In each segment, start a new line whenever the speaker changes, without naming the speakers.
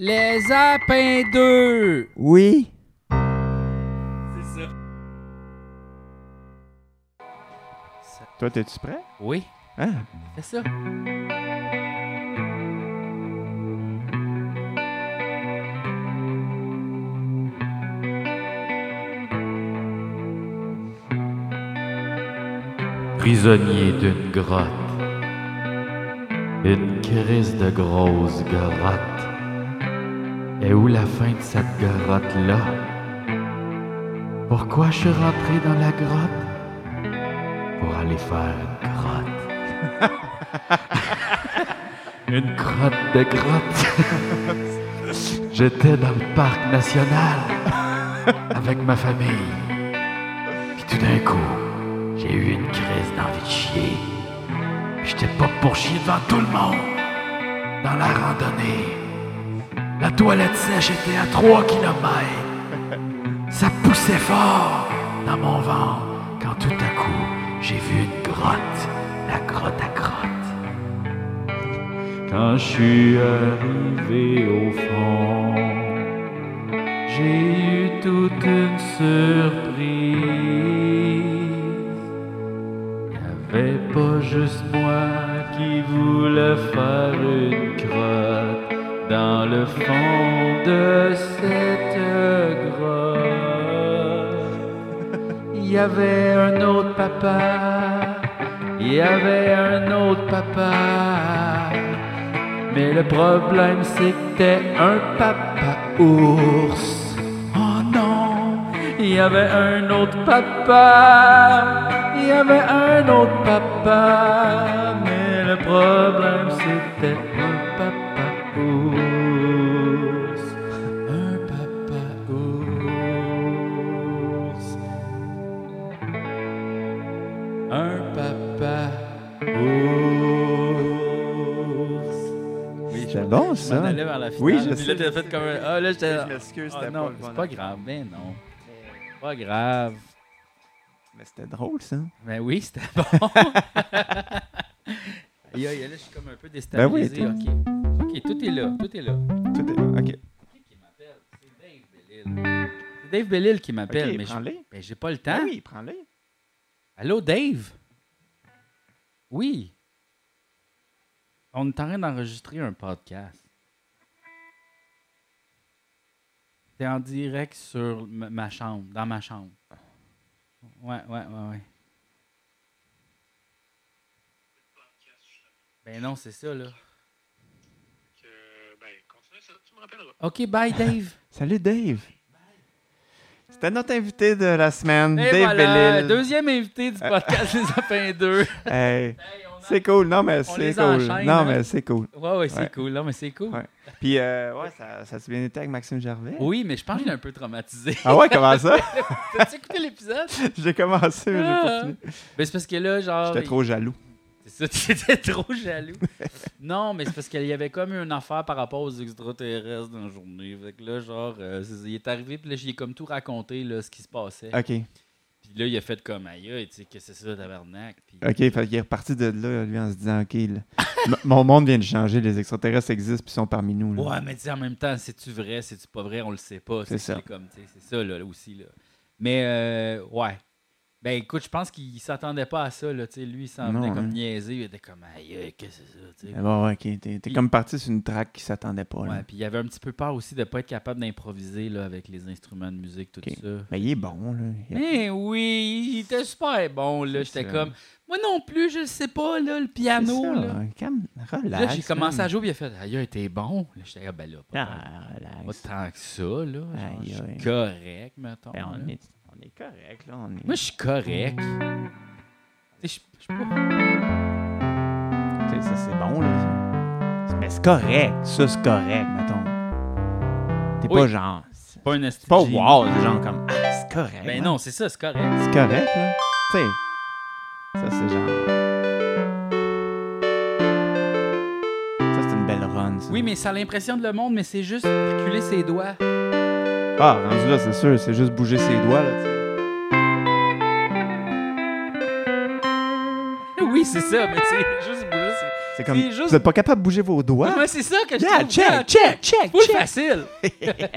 Les Apins 2!
Oui.
C'est ça.
Toi, t'es-tu prêt?
Oui,
Hein?
c'est ça.
prisonnier d'une grotte. Une crise de grosse grotte. Et où la fin de cette grotte-là? Pourquoi je suis rentré dans la grotte? Pour aller faire une grotte. une grotte de grotte. J'étais dans le parc national avec ma famille. Puis tout d'un coup, j'ai eu une crise d'envie de chier. J'étais pas pour chier devant tout le monde. Dans la randonnée, la toilette sèche était à 3 km. Ça poussait fort dans mon ventre quand tout à coup, j'ai vu une grotte, la grotte à grotte. Quand je suis arrivé au fond, j'ai eu toute une surprise. Il avait pas juste moi qui voulais faire une grotte dans le fond de cette grotte. Il y avait un autre papa, il y avait un autre papa. Mais le problème c'était un papa ours. Oh non, il y avait un autre papa. Il y avait un autre papa. Mais le problème c'était un papa ours. Un papa ours. Un papa ours. Oui,
C'était bon,
je m'en
ça.
allais vers la finale.
Oui, je
puis
sais.
Ah, là, t'as fait comme un- Ah, là, j'étais.
Je m'excuse,
Ah,
c'était
non,
pas le bon
c'est pas
appel.
grave, mais non. C'est Pas grave.
Mais c'était drôle, ça.
Mais oui, c'était bon. Aïe, aïe, là, je suis comme un peu déstabilisé.
Ben
ok. Ok, tout est là, tout est là.
Tout est là. OK.
Qui qui m'appelle? C'est Dave Bellil. C'est Dave Bellil qui m'appelle,
OK,
mais je-
prends-les.
ben, j'ai pas le
Ah
temps.
oui, prends-les.
Allô, Dave? Oui. On est en train d'enregistrer un podcast. C'est en direct sur m- ma chambre, dans ma chambre. Ouais, ouais, ouais, ouais. Ben non, c'est ça, là.
que, ben, continue ça, tu me rappelleras.
OK, bye, Dave.
Salut, Dave. C'était notre invité de la semaine,
Et
Dave
voilà,
Bellil.
deuxième invité du podcast Les Apins 2.
Hey, c'est cool. Non, mais
on
c'est
les
cool.
enchaîne, hein.
Non, mais c'est cool.
Ouais, ouais, c'est
Ouais.
cool. Non, mais c'est cool.
Ouais. Puis, euh, ouais, ça, ça s'est bien été avec Maxime Gervais.
Oui, mais je pense qu'il est un peu traumatisé.
Ah ouais, comment ça?
T'as-tu écouté l'épisode?
j'ai commencé, mais j'ai pas
Ah.
fini.
Ben, c'est parce que là, genre.
J'étais trop jaloux.
C'est ça, tu étais trop jaloux. non, mais c'est parce qu'il y avait comme une affaire par rapport aux extraterrestres dans la journée. Fait que là, genre, euh, c'est- il est arrivé, puis là, j'ai comme tout raconté, là, ce qui se passait.
OK.
Puis là, il a fait comme aïe, aïe, tu sais, que c'est ça, tabarnak. Puis,
OK, fait qu'il est reparti de là, lui, en se disant, OK, là, m- mon monde vient de changer, les extraterrestres existent puis sont parmi nous. là.
Ouais, mais tu sais, en même temps, c'est-tu vrai, c'est-tu pas vrai, on le sait pas.
Mm. C'est
C'est
ça.
comme, tu sais, c'est ça, là, aussi, là. Mais, euh, ouais. Ben, écoute, je pense qu'il s'attendait pas à ça, là, tu sais. Lui, il s'en
Non,
venait comme
hein. Ah
niaiser, il était comme aïe, aïe, qu'est-ce que c'est ça, tu sais.
Mais Bon, ouais, OK, t'es, t'es comme parti sur une track qui s'attendait pas. là.
Ouais, puis il y avait un petit peu peur aussi de pas être capable d'improviser là, avec les instruments de musique, tout
Ok.
ça.
Mais il est bon, là. Il-
Mais oui, il était super bon, là. J'étais
C'est-
comme, moi non plus, je le sais pas, là, le
C'est
piano,
ça,
là.
hein, calme, relax.
Là, j'ai commencé à jouer, puis il a fait, aïe, t'es bon. Là, j'étais, ah, ben là, pas, tant-
Ah,
pas
relax.
tant que ça, là. Genre,
Aïe,
je suis
aïe.
correct, mettons.
Ben,
là.
on, est, on est correct, là. On est...
Moi, je suis correct. Tu sais, Je je suis pas.
Ok, ça, c'est bon, là. C'est- Mais c'est correct. Ça, c'est correct, mettons. T'es
Oui.
pas genre... C'est
pas un esti
pas
de
wow, c'est genre comme... Ah, c'est correct.
Ben
hein.
non, c'est ça, c'est correct.
C'est correct, là. Tu sais, ça, c'est genre... Ça, c'est une belle run, ça.
Oui, mais ça a l'impression de le monde, mais c'est juste reculer ses doigts.
Ah, rendu là, c'est sûr, c'est juste bouger ses doigts, là, tu sais.
Oui, c'est ça, mais tu sais, juste bouger, c'est-
C'est comme,
C'est juste-
vous êtes pas capable de bouger vos doigts?
Ouais, c'est ça que je
Yeah,
trouve. Yeah,
check, check, check,
Full
check.
facile.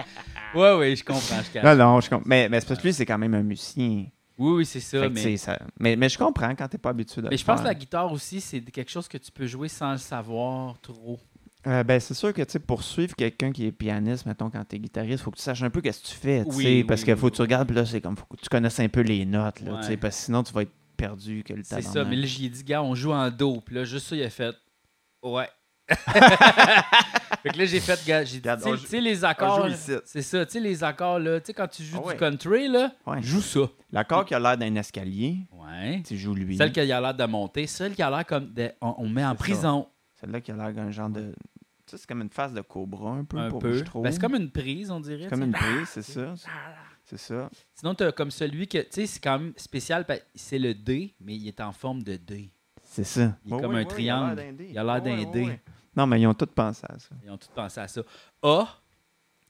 ouais, ouais, je comprends, je
Non,
capte.
non, je comprends. Mais, mais c'est parce que lui, c'est quand même un musicien.
Oui, oui, c'est ça.
Fait que
mais...
c'est ça. Mais, mais je comprends quand t'es pas habitué de
Mais
le
je pense que
faire.
la guitare aussi, c'est quelque chose que tu peux jouer sans le savoir trop.
Euh, ben, c'est sûr que, tu sais, poursuivre quelqu'un qui est pianiste, mettons, quand t'es guitariste, faut que tu saches un peu qu'est-ce que tu fais, tu sais,
Oui, oui,
parce que
oui,
faut que
oui.
tu regardes, puis là, c'est comme, faut que tu connaisses un peu les notes, là, tu sais,
Ouais.
parce que sinon, tu vas être perdu que le
C'est
talent.
ça. Mais là, j'ai dit, gars, on joue en do. Puis là, juste ça, il a fait. Ouais. fait que là, j'ai fait, gars, j'ai dit,
Regarde,
tu sais-
on
tu sais, les accords.
joue ici.
C'est ça, tu sais, les accords, là. Tu sais, quand tu joues
Ah ouais.
du country, là,
Ouais.
joue ça.
L'accord qui a l'air d'un escalier,
Ouais.
tu joues lui.
Celle qui a l'air de monter, celle qui a l'air comme. de- on, on met en
ça.
prison.
Celle-là qui a l'air d'un genre de. Tu sais, c'est comme une face de cobra, un peu,
Un
pour
peu.
je trouve.
Ben, c'est comme une prise, on dirait.
C'est comme
tu sais.
une prise, c'est ça.
Ah.
C'est ça.
Sinon, tu as comme celui que, tu sais, c'est quand même spécial. parce que C'est le D, mais il est en forme de D.
C'est ça.
Bah Il est comme un triangle. Il a l'air d'un dé.
Non, mais ils ont tous pensé à ça.
Ils ont tous pensé à ça. A,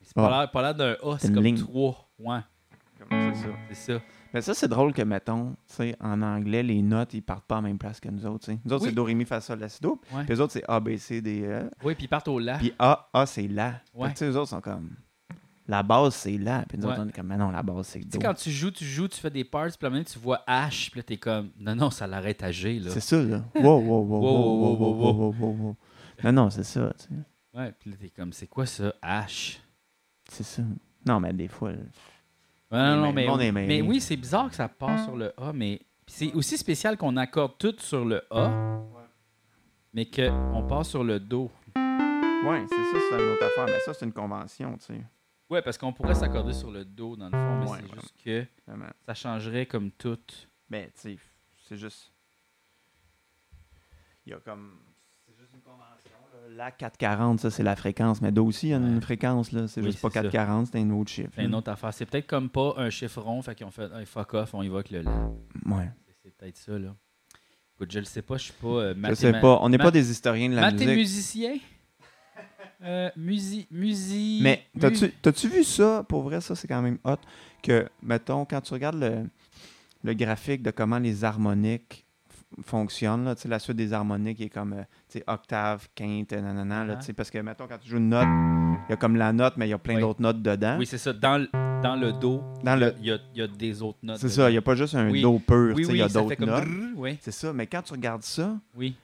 c'est pas
Ah.
l'air- pas l'air d'un A,
C'est
c'est
une
comme
ligne.
3. Ouais,
Comme C'est ça.
c'est ça.
Mais ça, c'est drôle que, mettons, tu sais, en anglais, les notes, ils partent pas en même place que nous autres. tu sais. Nous autres,
Oui.
c'est Do, Ré, Mi, Fa, Sol, La, Si, Do.
Ouais.
Puis les autres, c'est A, B, C, D, E.
Oui, puis ils partent au La.
Puis A, A, c'est La. Fait que,
Ouais.
Tu sais, eux autres sont comme. La base, c'est La. Puis nous autres,
Ouais.
on est comme, mais non, la base, c'est
Tu sais,
Do.
quand tu joues, tu joues, tu fais des parts, puis la tu vois H, puis là, t'es comme, non, non, ça l'arrête à G, là.
C'est ça, là. Wow, wow, wow, wow, wow,
wow,
wow,
wow,
wow, wow, wow. Non, non, c'est ça, tu sais.
Ouais, puis là, t'es comme, c'est quoi ça, H?
C'est ça. Non, mais des fois. là.
Ouais, non,
Mais
non, mais,
le monde est mêlé.
mais oui, c'est bizarre que ça part sur le A, mais puis c'est aussi spécial qu'on accorde tout sur le A, mais qu'on part sur le Do.
Ouais, c'est ça, c'est une autre affaire. Mais ça, c'est une convention, tu sais.
Ouais, parce qu'on pourrait s'accorder sur le Do, dans le fond, mais
Ouais,
c'est
ouais.
juste que
Vraiment.
ça changerait comme tout.
Mais, tu sais, c'est juste. Il y a comme. C'est juste une convention, là. La 440, ça, c'est la fréquence. Mais Do aussi, il y a une
Ouais.
fréquence, là. C'est
Oui,
juste pas
c'est ça.
440, c'est un autre chiffre.
C'est une
là.
autre affaire. C'est peut-être comme pas un chiffre rond, fait qu'ils ont fait hey, fuck off, on y va avec le là.
Ouais.
C'est peut-être ça, là. Écoute, je le sais pas, je suis pas. euh,
Je
mathéma-
sais pas. On n'est
ma-
pas des historiens de la
Mathé
musique.
musicien? Euh, musi, musi.
Mais
mu-
t'as-tu t'as-tu vu ça? Pour vrai, ça, c'est quand même hot. Que, mettons, quand tu regardes le, le graphique de comment les harmoniques f- fonctionnent, là, tu sais, la suite des harmoniques est comme euh, tu sais, octave, quinte, nanana. là,
Ah.
tu sais, parce que, mettons, quand tu joues une note, il y a comme la note, mais il y a plein
Oui.
d'autres notes dedans.
Oui, c'est ça. Dans, le- dans le dos,
Dans le,
il y a, il y a des autres notes.
c'est
dedans.
ça, il n'y a pas juste un
Oui.
do pur, tu
Oui,
sais, il
oui,
y a
ça fait
d'autres
comme.
notes.
brrr, Oui,
C'est ça, mais quand tu regardes ça,
oui.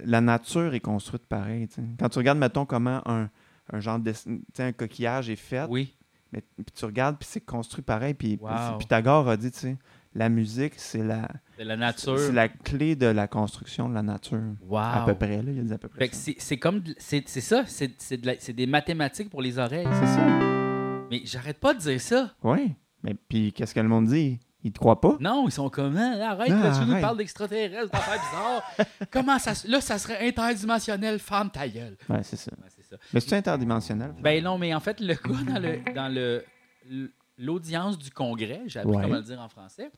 la nature est construite pareil. tu sais. Quand tu regardes, mettons, comment un, un genre de, tu sais, un coquillage est fait,
Oui.
Mais puis tu regardes, puis c'est construit pareil. Puis
Wow.
puis Pythagore a dit, tu sais, la musique, c'est la,
C'est la nature.
c'est la clé de la construction de la nature.
Wow.
À peu près, là, il a dit à peu près.
Fait que
ça.
c'est c'est comme. de- C'est c'est ça. C'est c'est de la- c'est des mathématiques pour les oreilles.
C'est ça.
Mais j'arrête pas de dire ça.
Oui. Mais puis qu'est-ce que le monde dit? Il te croit pas?
Non, ils sont comme Hein, arrête,
Non,
là, tu nous
arrête.
parles d'extraterrestres, d'affaires bizarres. Comment ça se- là ça serait interdimensionnel, femme ta gueule.
Ouais, c'est ça.
Ouais, c'est ça.
Mais c'est interdimensionnel.
Ben non, mais en fait le gars dans le dans le l'audience du congrès, j'ai appris
Ouais.
comment le dire en français.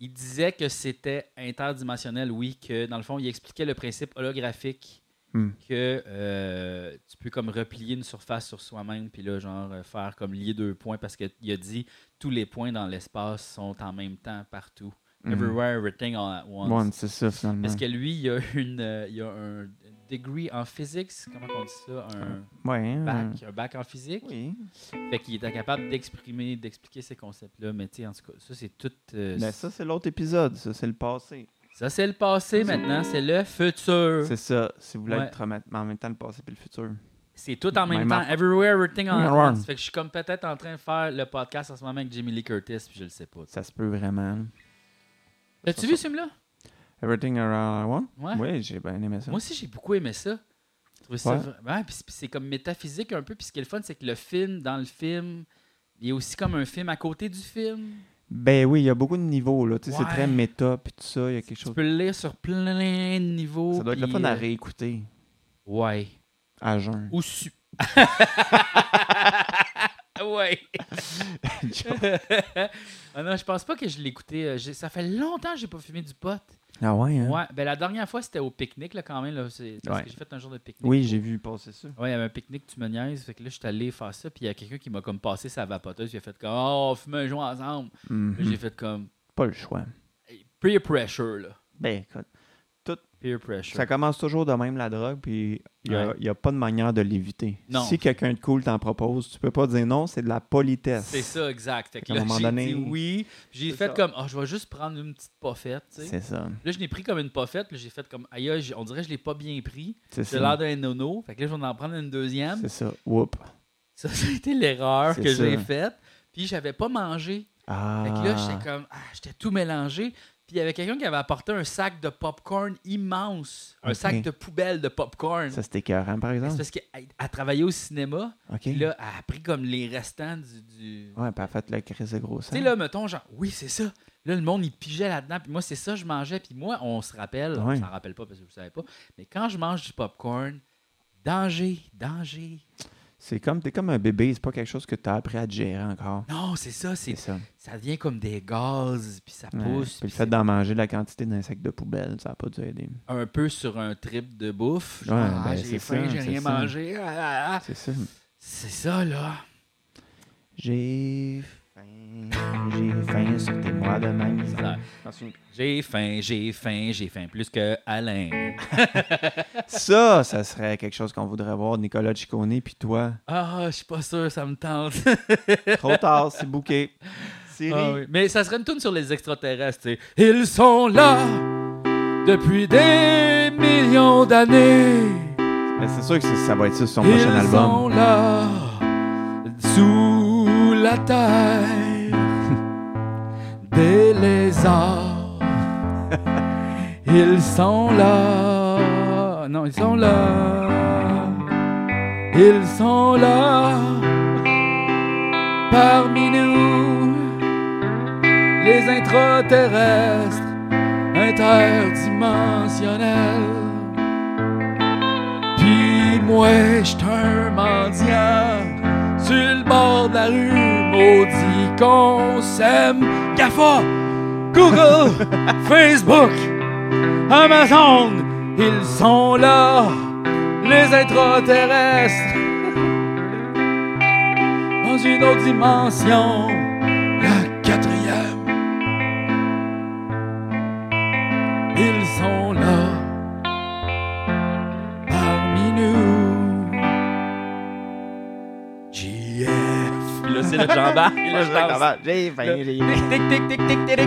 Il disait que c'était interdimensionnel, oui, que dans le fond, il expliquait le principe holographique
Hmm.
que euh, tu peux comme replier une surface sur soi-même, puis là, genre, euh, faire comme lier deux points, parce qu'il a dit tous les points dans l'espace sont en même temps partout.
Mhm.
Everywhere, everything all at once.
Bon, Mhm. c'est ça, finalement.
Parce que lui, il a, une, euh, il a un degree en physique, comment on dit ça Un
Ouais, hein,
bac, un bac en physique.
euh, Oui.
Fait qu'il était capable d'exprimer, d'expliquer ces concepts-là. Mais tu sais, en tout cas, ça, c'est tout. euh,
Mais Ben, ça, c'est l'autre épisode. Ça, c'est le passé.
ça, c'est le passé maintenant, c'est le futur.
C'est ça. Si vous voulez
Ouais.
être traumatisé, mais en même temps, le passé et le futur.
C'est tout en même,
Même
temps.
affaire.
Everywhere, everything en
Everywhere.
once. Fait que je suis comme peut-être en train de faire le podcast en ce moment avec Jimmy Lee Curtis, puis je le sais pas.
Ça se peut vraiment.
As-tu vu ce film-là?
Everything Around I Want?
Ouais.
Oui, j'ai bien aimé ça.
Moi aussi, j'ai beaucoup aimé ça. J'ai trouvé ça
Ouais.
vra- ouais, puis c'est- puis c'est comme métaphysique un peu. Puis ce qui est le fun, c'est que le film, dans le film, il est aussi comme un film à côté du film.
Ben oui, il y a beaucoup de niveaux, là. Tu sais,
Ouais.
c'est très méta, puis tout ça, il y a quelque
Tu
chose.
peux le lire sur plein de niveaux.
Ça doit être le
puis,
fun à
euh,
réécouter
Ouais.
à jeun.
Ou su. ouais. Ah non, je pense pas que je l'ai écouté. Euh, j'ai- Ça fait longtemps que j'ai pas fumé du pot.
Ah ouais, hein?
Ouais, ben la dernière fois c'était au pique-nique là, quand même là, c'est parce
Ouais.
que j'ai fait un jour de pique-nique.
Oui, j'ai vu passer ça.
Ouais, il y avait un pique-nique, tu me niaises. Fait que là, je suis allé faire ça, puis il y a quelqu'un qui m'a comme passé sa vapoteuse, il a fait comme Oh, on fume un joint ensemble.
Mhm.
Là, j'ai fait comme
Pas le choix.
Hey, Peer pressure là.
Ben écoute, tout
Peer pressure.
Ça commence toujours de même la drogue, puis il n'y a,
Ouais.
il y a pas de manière de l'éviter.
Non.
Si quelqu'un de cool t'en propose, tu peux pas dire non, c'est de la politesse.
C'est ça, exact. Fait que
À un
là,
moment
j'ai
donné-
dit oui. J'ai
C'est
fait
ça.
comme, Ah, je vais juste prendre une petite poffette. tu sais.
C'est ça.
Là, je l'ai pris comme une poffette. Puis j'ai fait comme, aïe, aïe, on dirait que je l'ai pas bien pris.
C'est
J'ai l'air
ça.
d'un nono. Fait que là, je vais en prendre une deuxième.
C'est ça. Whoop.
Ça, ça a été l'erreur
C'est
que
ça.
j'ai faite. Puis j'avais pas mangé.
Ah.
Fait que là, j'étais comme, ah, j'étais tout mélangé. Puis il y avait quelqu'un qui avait apporté un sac de popcorn immense. Un
Ok.
sac de poubelle de popcorn.
Ça, c'était écœurant, par
C'est
exemple.
parce qu'elle elle travaillait au cinéma.
OK.
Puis là, elle a pris comme les restants du. du-
Ouais, puis elle a fait la crise de grossesse.
Tu sais, là, mettons, genre, oui, c'est ça. Là, le monde, il pigeait là-dedans. Puis moi, c'est ça, je mangeais. Puis moi, on se rappelle,
Ouais.
on s'en rappelle pas parce que je ne savais pas. Mais quand je mange du popcorn, danger, danger.
C'est comme, t'es comme un bébé, c'est pas quelque chose que t'as appris à gérer encore.
Non, c'est ça,
C'est
c'est
ça.
ça devient comme des gaz, puis ça
Ouais.
pousse.
Puis le
puis
fait d'en manger la quantité d'un sac de poubelle, ça a pas dû aider.
c'est un peu sur un trip de bouffe. Genre,
Ouais,
ah,
ben, c'est
j'ai faim,
ça,
j'ai
c'est
rien
ça.
mangé. ah, ah, ah.
C'est ça.
C'est ça, là.
J'ai faim, j'ai faim, sortez-moi de même.
Ça.
J'en suis-
J'ai faim, j'ai faim, j'ai faim plus que Alain.
Ça, ça serait quelque chose qu'on voudrait voir, Nicolas Ciccone, puis toi.
Ah, je suis pas sûr, ça me tente.
Trop tard, c'est bouqué. Siri.
Ah oui. Mais ça serait une tune sur les extraterrestres. tu sais. Ils sont là depuis des millions d'années.
Mais c'est sûr que ça, ça va être ça sur son
Ils
prochain album.
sont là sous la terre des lézards. Ils sont là. Non, ils sont là. Ils sont là parmi nous. Les intraterrestres interdimensionnels. Pis moi, j'suis un mendiant sur le bord de la rue, maudit qu'on s'aime. GAFA, Google, Facebook, Amazon, ils sont là, les intraterrestres. Dans une autre dimension, la quatrième. Ils sont là parmi nous. JF. Puis là, c'est le jambar. Puis là, je danse.
J'ai faim, j'ai faim.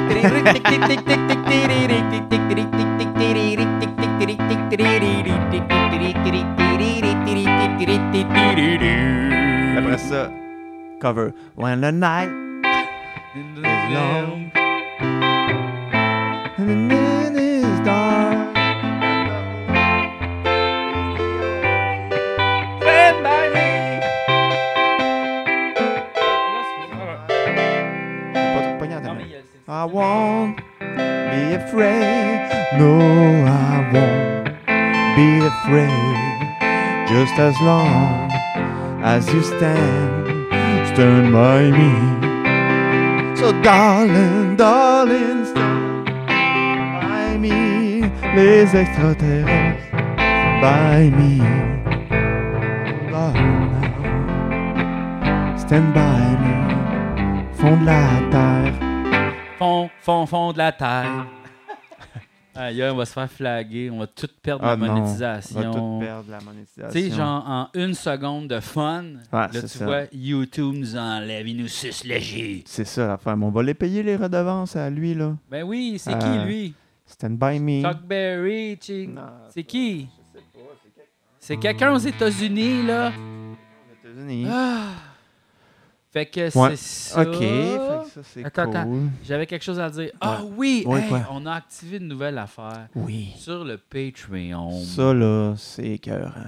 Après ça, cover. When the night is long and the night is dark. Stand by me. J'ai pas trop pogné en tête. I won't be afraid. No, I won't be afraid. Just as long as you stand, stand by me. So, darling, darling, stand by me. Les extraterrestres, stand by me. Darling, stand by me. Fond de la terre.
Fond, fond, fond de la terre. Aïe, on va se faire flaguer, on va tout perdre
Ah
la
non,
monétisation.
On va tout perdre la monétisation. Ah,
Tu sais, genre, en une seconde de fun, là,
c'est
tu
ça.
vois, YouTube nous enlève, il nous suce le jus.
C'est ça l'affaire. Mais on va les payer les redevances à lui, là.
Ben oui, c'est
Euh,
qui, lui?
Stand by me.
Chuck Berry, chi-
Non,
c'est qui? C'est quelqu'un aux États-Unis, là.
États-Unis.
Ah. Fait que
Ouais.
c'est ça.
Ok, fait que ça c'est
Attends,
cool.
attends. J'avais quelque chose à dire. Ah oui,
Ouais,
hey,
quoi?
on a activé une nouvelle affaire
Oui.
sur le Patreon.
Ça là, c'est écœurant.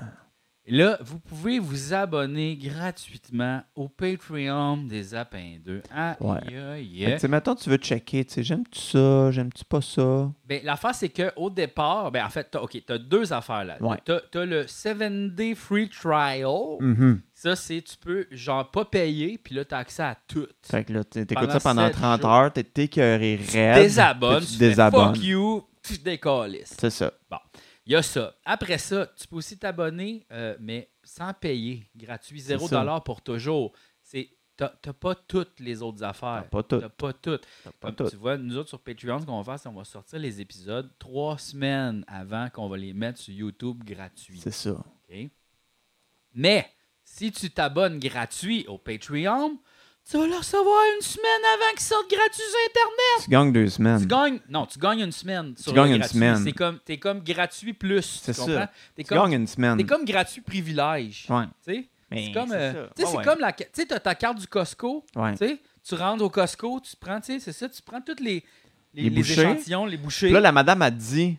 Là, vous pouvez vous abonner gratuitement au Patreon des Apins 2. Ah,
Ouais.
yeah,
Fait que,
yeah.
Tu sais, maintenant tu veux checker, tu sais, j'aime-tu ça, j'aime-tu pas ça?
Ben, l'affaire, c'est qu'au départ, ben, en fait, t'as, OK, t'as deux affaires là.
Ouais.
T'as, t'as le 7-day free trial.
Mhm.
Ça, c'est tu peux, genre, pas payer, puis là, t'as accès à tout.
Fait que là, tu- t'écoutes
Pendant
ça pendant
sept
30
jours.
heures, t'es écœuré raide.
désabonnes,
puis
tu
Tu
fais
désabonnes.
fuck you, tu te décalisses.
C'est ça.
Il y a ça. Après ça, tu peux aussi t'abonner, euh, mais sans payer, gratuit, 0$
ça.
pour toujours. C'est T'as t'as pas toutes les autres
T'as
affaires.
Ah, pas tout.
T'as pas toutes.
T'as pas
Comme
tout.
tu vois, nous autres sur Patreon, ce qu'on va faire, c'est qu'on va sortir les épisodes trois semaines avant qu'on va les mettre sur YouTube gratuit.
C'est ça.
OK? Mais si tu t'abonnes gratuit au Patreon, tu vas le recevoir une semaine avant qu'ils sortent gratuit sur Internet.
Tu gagnes deux
Tu
semaines.
gagnes, non, tu gagnes une semaine. sur le
gagnes une
gratuit.
semaine.
C'est comme, t'es comme gratuit plus.
C'est
C'est
ça.
ça. T'es
Tu
comme,
gagnes une semaine.
t'es comme gratuit privilège.
Ouais.
tu sais.
Mais
C'est comme,
c'est
euh,
ça.
tu sais,
Ouais,
c'est
ouais.
comme la, ca- tu sais, t'as ta carte du Costco.
Ouais.
Tu sais, tu rentres au Costco, tu prends, tu sais, c'est ça, tu prends toutes les, les,
Les
les
bouchées.
échantillons, les bouchées,
Puis là, la madame a dit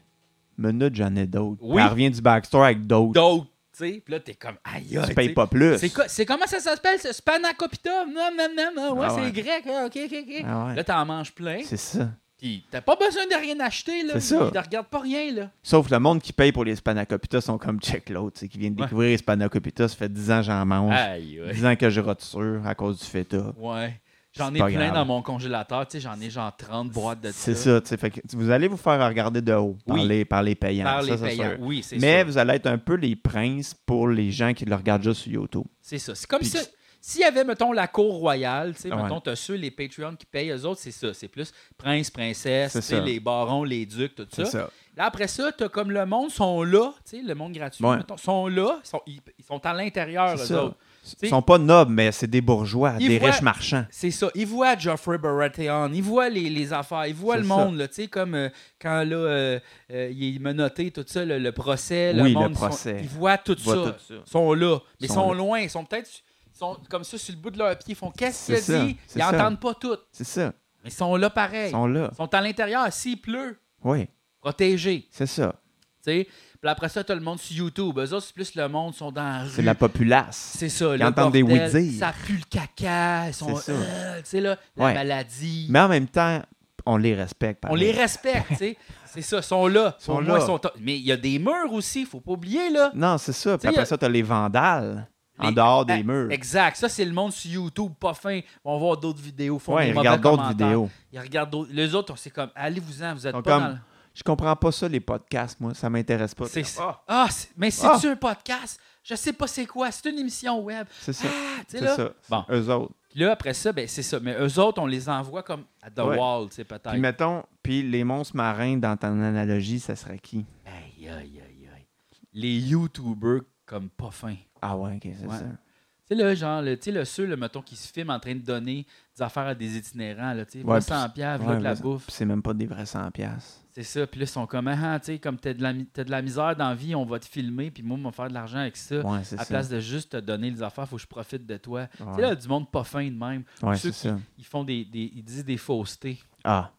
Minute, j'en ai d'autres.
Oui.
Elle revient du backstore avec d'autres.
d'autres, tu sais. Puis là, t'es comme, aïe, aïe.
Tu
tu
payes
sais.
pas plus.
C'est quoi- C'est comment ça s'appelle, ce spanakopita? Non, non, non, non, ouais,
Ah
c'est
ouais.
grec, ah, ok, ok, ok.
Ah ouais.
Là, t'en manges plein,
C'est ça.
puis t'as pas besoin de rien acheter, là.
C'est ça.
Ils te regardent pas rien, là.
Sauf le monde qui paye pour les Spanakopita sont comme check l'autre, tu sais, qui vient de
Ouais. Ah,
découvrir les Spanakopita, ça fait 10 ans que j'en mange,
Aïe, ouais.
10 ans que je rote sur à cause du feta.
Ouais. J'en
C'est
ai
pas
plein
grave.
dans mon congélateur, tu sais, j'en ai genre 30 boîtes de
C'est ça, tu sais, fait que vous allez vous faire regarder de haut par,
Oui.
les, par les payants.
Par
ça,
les
c'est
payants.
sûr.
Oui, c'est ça.
Mais vous allez être un peu les princes pour les gens qui le regardent juste sur YouTube.
C'est ça. C'est comme
Puis- Ah
ça. S'il y avait, mettons, la cour royale, tu sais,
Ouais.
mettons, t'as ceux, les Patreons qui payent, eux autres, c'est ça. C'est plus prince, princesse,
C'est
tu sais,
ça.
les barons, les ducs, tout ça.
C'est ça.
Là, après ça, t'as comme le monde, sont là, tu sais, le monde gratuit,
Ouais.
mettons, sont là, sont, ils, ils sont à l'intérieur, Ah, eux
C'est ça.
autres.
Ils sont pas nobles, mais c'est des bourgeois,
Ils
des
voient-
riches marchands.
C'est ça. Ils voient Geoffrey Baratheon, ils voient les, les affaires, ils voient
C'est
le
ça.
monde, là, tu sais, comme euh, quand là, euh, euh, il est menotté, tout ça, le, le procès, le
Oui, le
monde, ils sont-
procès.
Ils, voient tout
Ils voient
ça.
tout ça.
Ils sont là, mais ils
Sont
sont,
là.
loin, ils sont peut-être ils sont comme ça sur le bout de leur pied, ils font qu'est-ce
C'est
qu'il a
ça,
dit,
c'est
ils
ça.
n'entendent pas tout,
C'est ça.
mais ils sont là pareil.
Ils sont là.
Ils sont à l'intérieur, s'il pleut,
Oui,
protégés,
c'est ça.
tu sais. Puis après ça, t'as le monde sur YouTube, eux autres, c'est plus le monde, ils sont dans la
C'est
rue,
la populace.
c'est ça,
Ils
le
entendent des
bordel,
oui-dire.
ça pue le caca, ils sont,
C'est ça.
euh, tu sais, là, la
Ouais.
maladie.
Mais en même temps, on les respecte.
On les respecte, tu sais. C'est ça, sont là.
Sont
Pour
là.
moi, ils sont Mais il y a des murs aussi, faut pas oublier, là.
Non, c'est ça.
T'sais,
Puis
y
après
a-
ça, t'as les vandales en
Les-
dehors des
Eh,
murs.
Exact. Ça, c'est le monde sur YouTube, pas fin. Ils vont voir d'autres vidéos. Font
Ouais,
des
ils
mauvais
regardent d'autres
commentaires.
vidéos.
Ils regardent d'autres. Les autres, on- c'est comme, allez-vous-en, vous êtes
Sont
pas
comme-
dans le-
Je comprends pas ça, les podcasts, moi. Ça m'intéresse pas.
C'est
Ah,
Ah, c'est- mais
Ah.
c'est-tu un podcast? Je sais pas c'est quoi. C'est une émission web.
c'est ça.
Ah, tu sais,
C'est
là.
ça.
Bon.
Eux autres.
Puis Là, après ça, ben, c'est ça. Mais eux autres, on les envoie comme à The
Ouais.
Wall, tu sais, peut-être.
Puis mettons, puis les monstres marins, dans ton analogie, ça serait qui?
Aïe, aïe, aïe, aïe. Les YouTubers comme pas fin.
Ah ouais, ok, c'est
Ouais.
ça.
Tu sais, là, genre, le, tu sais, le ceux, le mettons, qui se filment en train de donner des affaires à des itinérants, là, tu sais,
Ouais,
va 100 piastres,
Ouais,
là, de la
mais-
bouffe.
puis c'est même pas des vrais 100 piastres.
C'est ça, puis là, ils sont comme, ah, tu sais, comme t'as de, la mi- t'as de la misère dans la vie, on va te filmer, puis moi, on va faire de l'argent avec ça.
Ouais, c'est
à
ça.
place de juste te donner les affaires, faut que je profite de toi. Tu sais,
Ouais,
là, du monde pas fin de même.
Ouais,
ceux
c'est ça.
Ils font des, des- ils disent des faussetés.
Ah,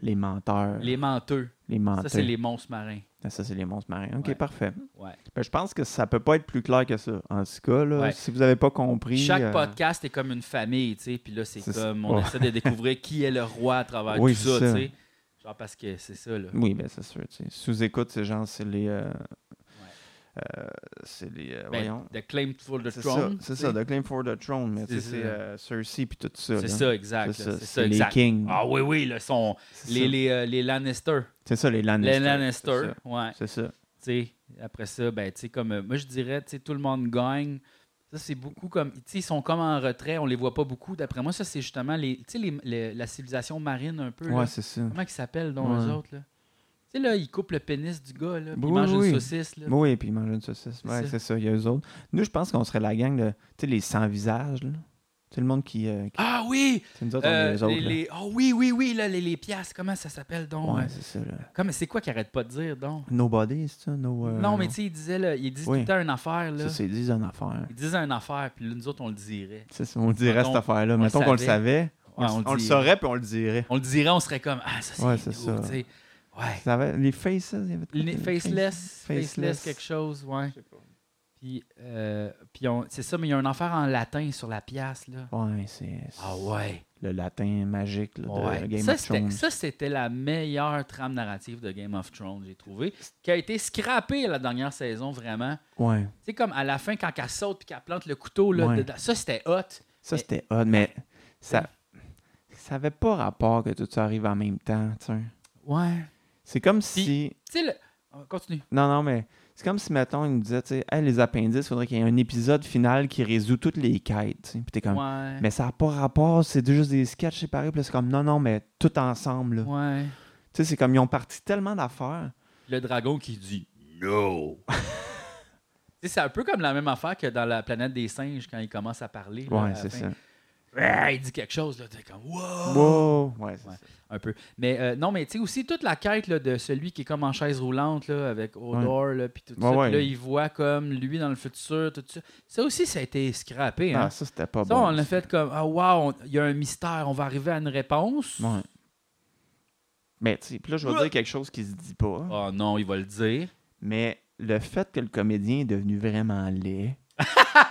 les menteurs.
Les menteux.
Les
Ça,
menteurs.
c'est les monstres marins.
Ah, Ça, c'est les monstres marins. OK,
Ouais.
parfait.
Ouais.
Ben, je pense que ça peut pas être plus clair que ça. En tout cas, là,
Ouais.
si vous n'avez pas compris.
Chaque
euh,
podcast est comme une famille, tu sais, puis là, c'est
C'est ça.
comme, on
Ouais.
essaie de découvrir qui est le roi à travers
Oui,
tout
c'est
ça,
ça.
tu sais. Genre, parce que c'est ça, là.
Oui, ben c'est sûr. tu sais. Sous-écoute, c'est genre, c'est les. euh, euh, c'est les. euh,
Ben,
voyons.
The Claim for the
C'est ça,
Throne.
c'est
tu
ça,
sais.
The Claim for the Throne, mais tu sais,
C'est
c'est
ça.
euh, Cersei puis tout ça.
C'est
là.
ça, exact. là, C'est ça,
les
exact.
Kings.
Ah oui, oui, là, sont
c'est
les,
ça.
les, euh, les Lannister.
C'est ça, les Lannister.
Les Lannister, ouais.
C'est ça.
Tu sais, après ça, ben, tu sais, comme, euh, moi, je dirais, tu sais, tout le monde gagne. Ça, c'est beaucoup comme, tu sais, ils sont comme en retrait, on les voit pas beaucoup. D'après moi, ça, c'est justement, les, tu sais, les- les- la civilisation marine un peu,
c'est
là.
ça. Ouais, c'est ça.
Comment ils s'appellent, donc,
Ouais.
eux autres, là? Tu sais, là, ils coupent le pénis du gars, là, puis
Oui,
ils mangent
oui.
une saucisse, là.
Oui, puis ils mangent une saucisse.
C'est
Ouais,
ça.
c'est ça, il y a eux autres. Nous, je pense qu'on serait la gang de. Tu sais, les sans-visages, là. Tu sais, le monde qui. euh, qui-
Ah oui!
tu sais, nous autres, on
Euh,
est les autres.
les-
là.
les- oh oui, oui, oui, là, les, les piastres, comment ça s'appelle, donc?
Ouais,
euh,
c'est ça, là.
Comme, c'est quoi qu'ils arrêtent pas de dire, donc?
Nobody, c'est ça? No, euh,
Non, mais tu sais, ils disaient, là, ils disent
Oui.
tout le temps une affaire, là.
Ça, c'est des en affaire.
Ils disaient une affaire, puis là, nous autres, on le dirait.
Ça, c'est- on le dirait,
Mettons,
cette affaire-là.
on le
Mettons qu'on le
savait.
savait.
Ouais,
on,
on le
le
dit.
saurait, puis on le dirait.
On le dirait, on serait comme, ah, ça, c'est
Ouais,
ouais,
c'est ça.
Ouais.
Ça avait- les faces, il y avait de quoi,
Les
les
faceless,
faces-
faceless, quelque chose, ouais.
sais pas.
Puis, euh, puis on- c'est ça, mais il y a une affaire en latin sur la pièce, là.
Ouais, c'est c'est
Ah ouais,
le latin magique là, de
ouais.
Game
Ça,
of Thrones.
c'était- ça, c'était la meilleure trame narrative de Game of Thrones, j'ai trouvé, qui a été scrappée la dernière saison, vraiment.
Ouais,
Tu sais, comme à la fin, quand elle saute puis qu'elle plante le couteau, là,
Ouais.
dedans. ça, c'était hot.
ça
Mais-
c'était hot, mais ça ça avait pas rapport que tout ça arrive en même temps, tu sais.
Ouais.
C'est comme
Puis-
si
Tu sais, le- on continue.
non non mais C'est comme si, mettons, il me disait, tu sais, Hey, les appendices, faudrait qu'il y ait un épisode final qui résout toutes les quêtes. tu sais. Puis t'es comme,
ouais.
mais ça n'a pas rapport, c'est juste des sketchs séparés. Puis là, c'est comme, non, non, mais tout ensemble. là.
ouais.
Tu sais, c'est comme, ils ont parti tellement d'affaires.
Le dragon qui dit No. Tu sais, c'est un peu comme la même affaire que dans la planète des singes quand il commence à parler. là, à
Ouais,
la
c'est
fin.
ça.
Ah, il dit quelque chose, là, t'es comme wow!
Wow! Ouais, c'est
Ouais.
ça.
Un peu. Mais euh, non, mais tu sais aussi toute la quête là, de celui qui est comme en chaise roulante là, avec Odor, là, puis tout
Ouais,
ça. Puis
ouais.
là, il voit comme lui dans le futur, tout ça. Ça aussi, ça a été scrappé. Hein?
Ah, ça, c'était pas
ça,
bon.
on a fait comme Ah, wow, on- il y a un mystère, on va arriver à une réponse.
Ouais. Mais, tu sais, puis là, je vais dire quelque chose qui se dit pas.
Oh non, il va le dire.
Mais le fait que le comédien est devenu vraiment laid,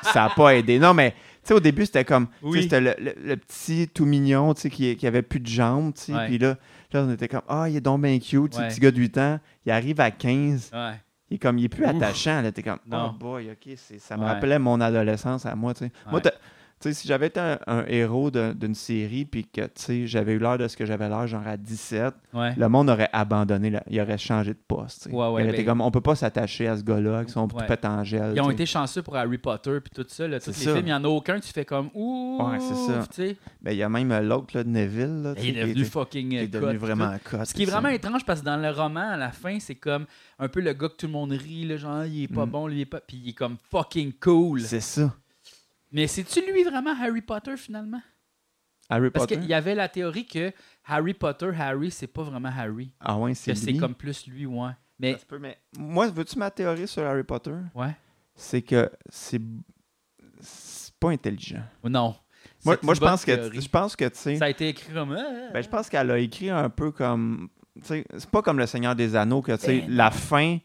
ça n'a pas aidé. Non, mais tu sais, au début, c'était comme tu sais,
Oui.
c'était le, le- le petit tout mignon tu sais, qui, qui avait plus de jambes. tu sais.
Ouais.
Puis là, là, on était comme Ah, il est donc bien cute, tu sais,
Ouais.
petit gars de 8 ans. Il arrive à 15.
Ouais.
Il est comme il est plus
Ouf.
attachant. Là, t'es comme
Non.
Oh boy, ok, c'est- ça me
Ouais.
rappelait mon adolescence à moi. tu sais. Moi,
Ouais.
t'as- tu sais, si j'avais été un, un héros de- d'une série puis que tu sais, j'avais eu l'air de ce que j'avais l'air, genre à 17,
Ouais.
le monde aurait abandonné, le- il aurait changé de poste. tu sais.
Ouais, ouais,
il aurait été
ben-
comme, on peut pas s'attacher à ce gars-là, avec son
Ouais.
petit pète en gel.
Ils ont
tu sais.
été chanceux pour Harry Potter puis tout ça. Là, tous
C'est
les
ça.
films, il n'y en a aucun que tu fais comme Ouh.
Ouais, c'est ça.
tu sais.
Ben, il y a même euh, l'autre, là, de Neville. là, tu sais,
Il
qui
est devenu
était-
fucking.
qui est
euh,
devenu
cut,
vraiment cote,
Ce qui est
c'est ça.
vraiment étrange parce que dans le roman, à la fin, c'est comme un peu le gars que tout le monde rit, là, genre il est pas
Mm.
bon, lui il est pas. Puis il est comme fucking cool.
C'est ça.
Mais c'est-tu lui vraiment Harry Potter finalement
Harry
Parce
Potter.
qu'il y avait la théorie que Harry Potter, Harry, c'est pas vraiment Harry.
Ah ouais,
Que
c'est
c'est
lui.
comme plus lui, ouais.
Ça
Mais
se peut, mais Moi, veux-tu ma théorie sur Harry Potter?
ouais,
C'est que c'est c'est pas intelligent.
non.
Moi,
C'est
moi
une
je
bonne
pense que
théorie.
je pense que tu sais.
ça a été écrit comme. euh,
Ben, je pense qu'elle a écrit un peu comme. tu sais, C'est pas comme Le Seigneur des Anneaux, que tu sais,
Ben non.
la fin,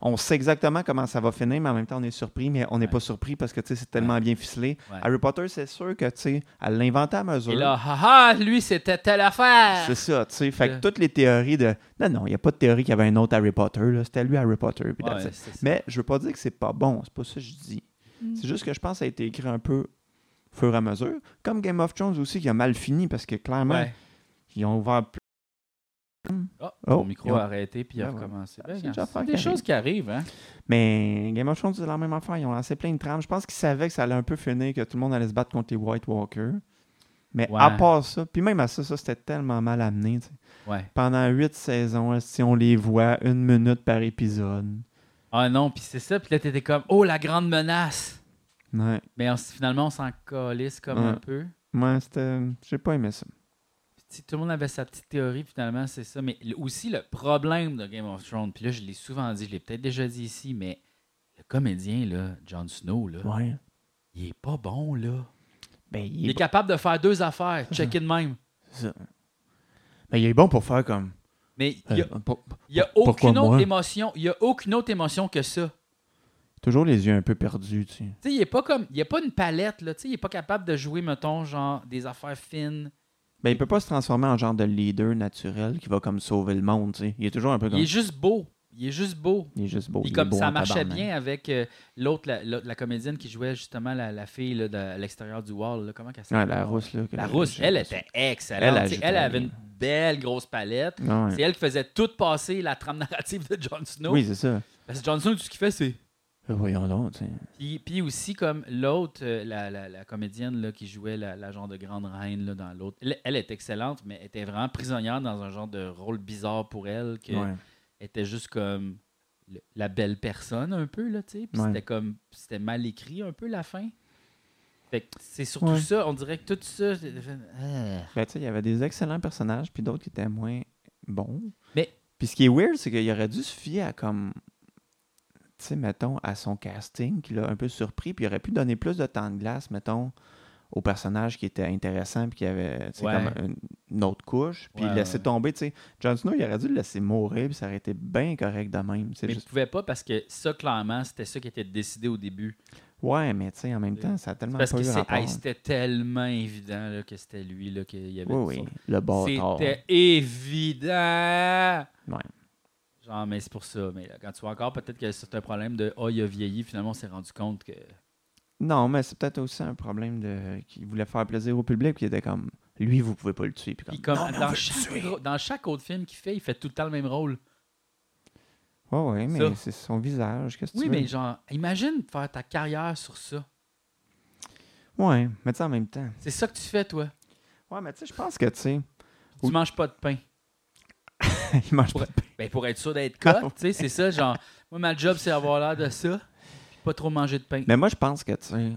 on sait exactement comment ça va finir, mais en même temps, on est surpris, mais on n'est
Ouais.
pas surpris parce que tu sais, c'est tellement bien ficelé.
Ouais.
Harry Potter, c'est sûr que tu sais, elle l'inventait à mesure.
Et là, haha, lui c'était telle affaire.
C'est ça, tu sais. Fait que
Là.
toutes les théories de. Non, non, il n'y a pas de théorie qu'il y avait un autre Harry Potter, là, c'était lui Harry Potter. puis
Ouais,
that's it.
c'est ça.
mais je veux pas dire que c'est pas bon, c'est pas ça que je dis. C'est juste que je pense que ça a été écrit un peu au fur et à mesure. Comme Game of Thrones aussi, qui a mal fini parce que clairement,
Ouais.
ils ont ouvert
Oh,
Oh,
mon micro
ouais.
a arrêté puis il a
Ben ouais.
recommencé.
C'est
Ben,
une
regarde,
affaire
C'est des
qui arrive.
choses qui arrivent, hein.
Mais Game of Thrones, c'est la même affaire. Ils ont lancé plein de trames. Je pense qu'ils savaient que ça allait un peu finir, que tout le monde allait se battre contre les White Walkers. Mais
Ouais.
à part ça, puis même à ça, ça c'était tellement mal amené. tu sais.
Ouais.
Pendant huit saisons, là, si on les voit une minute par épisode.
Ah non, puis c'est ça, puis là t'étais comme oh la grande menace.
Ouais,
Mais on s- finalement on s'en calisse comme
Ouais.
un peu.
moi, c'était. J'ai pas aimé ça.
Puis, tu sais, tout le monde avait sa petite théorie finalement, c'est ça. Mais le- aussi le problème de Game of Thrones, puis là je l'ai souvent dit, je l'ai peut-être déjà dit ici, mais le comédien là, Jon Snow là,
Ouais.
il est pas bon là.
Ben,
Il,
il
est capable de faire deux affaires, check in même.
ben, il est bon pour faire comme.
Mais il y a,
euh, pour-
il y a
pourquoi
aucune autre
moi?
émotion, il y a aucune autre émotion que ça.
Toujours les yeux un peu perdus, tu sais.
Tu sais, il est pas comme, il a pas une palette là. Tu sais, il est pas capable de jouer mettons genre des affaires fines.
Ben, il peut pas se transformer en genre de leader naturel qui va comme sauver le monde, tu sais. Il est toujours un peu comme.
Il est juste beau, il est juste beau.
Il est juste beau.
Puis
il est
comme
beau
ça
en
marchait
tabarnak.
bien avec euh, l'autre, la, l'autre- la comédienne qui jouait justement la, la fille là, de- à l'extérieur du wall. là. comment qu'elle
Ouais, ben,
s'appelle?
la rousse, là. que
La
le-
rousse,
je-
elle était excellente.
Elle
Tu sais,
ajoute
Elle,
rien.
avait une belle grosse palette.
Ah ouais.
C'est elle qui faisait tout passer la trame narrative de Jon Snow.
Oui, c'est ça.
Parce que Jon Snow, tout ce qu'il fait, c'est...
Euh, Voyons donc, tu sais.
Puis, puis aussi comme l'autre, euh, la, la- la comédienne là, qui jouait la, la genre de grande reine là, dans l'autre, elle, elle est excellente, mais elle était vraiment prisonnière dans un genre de rôle bizarre pour elle. Que,
Ouais.
était juste comme le- la belle personne un peu là, tu sais. Puis
Ouais.
c'était comme c'était mal écrit un peu la fin. Fait que c'est surtout
Ouais.
ça, on dirait que tout ça j'ai fait, Ah.
Ben, tu sais, il y avait des excellents personnages, puis d'autres qui étaient moins bons.
Mais-
Puis ce qui est weird, c'est qu'il aurait dû se fier à comme. Tu sais, mettons, à son casting, qui l'a un peu surpris, puis il aurait pu donner plus de temps de glace, mettons, aux personnages qui étaient intéressants, puis qui avaient, tu sais,
Ouais.
comme une, une autre couche, puis
Ouais,
laisser
ouais.
tomber, tu sais. Jon Snow, il aurait dû le laisser mourir, puis ça aurait été bien correct de même. C'est
mais
juste.
je pouvais pas parce que ça clairement, c'était ça qui était décidé au début
Ouais, mais tu sais, en même
C'est-
temps, ça a tellement
parce
pas
que
eu
c'est-
rapport.
hey, c'était tellement évident là, que c'était lui là qu'il y avait
Oui,
du
oui, le
son.
bâtard.
C'était évident.
Ouais.
Genre mais c'est pour ça, mais là, quand tu vois encore peut-être que c'est un problème de oh il a vieilli, finalement on s'est rendu compte que
Non, mais c'est peut-être aussi un problème de qu'il voulait faire plaisir au public, puis il était comme lui, vous pouvez pas le tuer, puis comme,
Puis comme
Non, mais on
dans,
veut le
chaque,
tuer.
gros- dans chaque autre film qu'il fait, il fait tout le temps le même rôle.
Oh, oui, mais
Ça.
c'est son visage. Qu'est-ce que
Oui,
tu
mais
veux?
genre, imagine faire ta carrière sur ça.
Ouais, mais tu sais, en même temps.
C'est ça que tu fais, toi.
Ouais, mais tu sais, je pense que, tu sais,
Tu
Oui.
manges pas de pain.
il mange
Pour-
pas de pain.
Ben, pour être sûr d'être
Ah
cut, tu sais, c'est ça, genre, moi, ma job, c'est avoir l'air de ça, puis pas trop manger de pain.
Mais moi, je pense que, tu sais,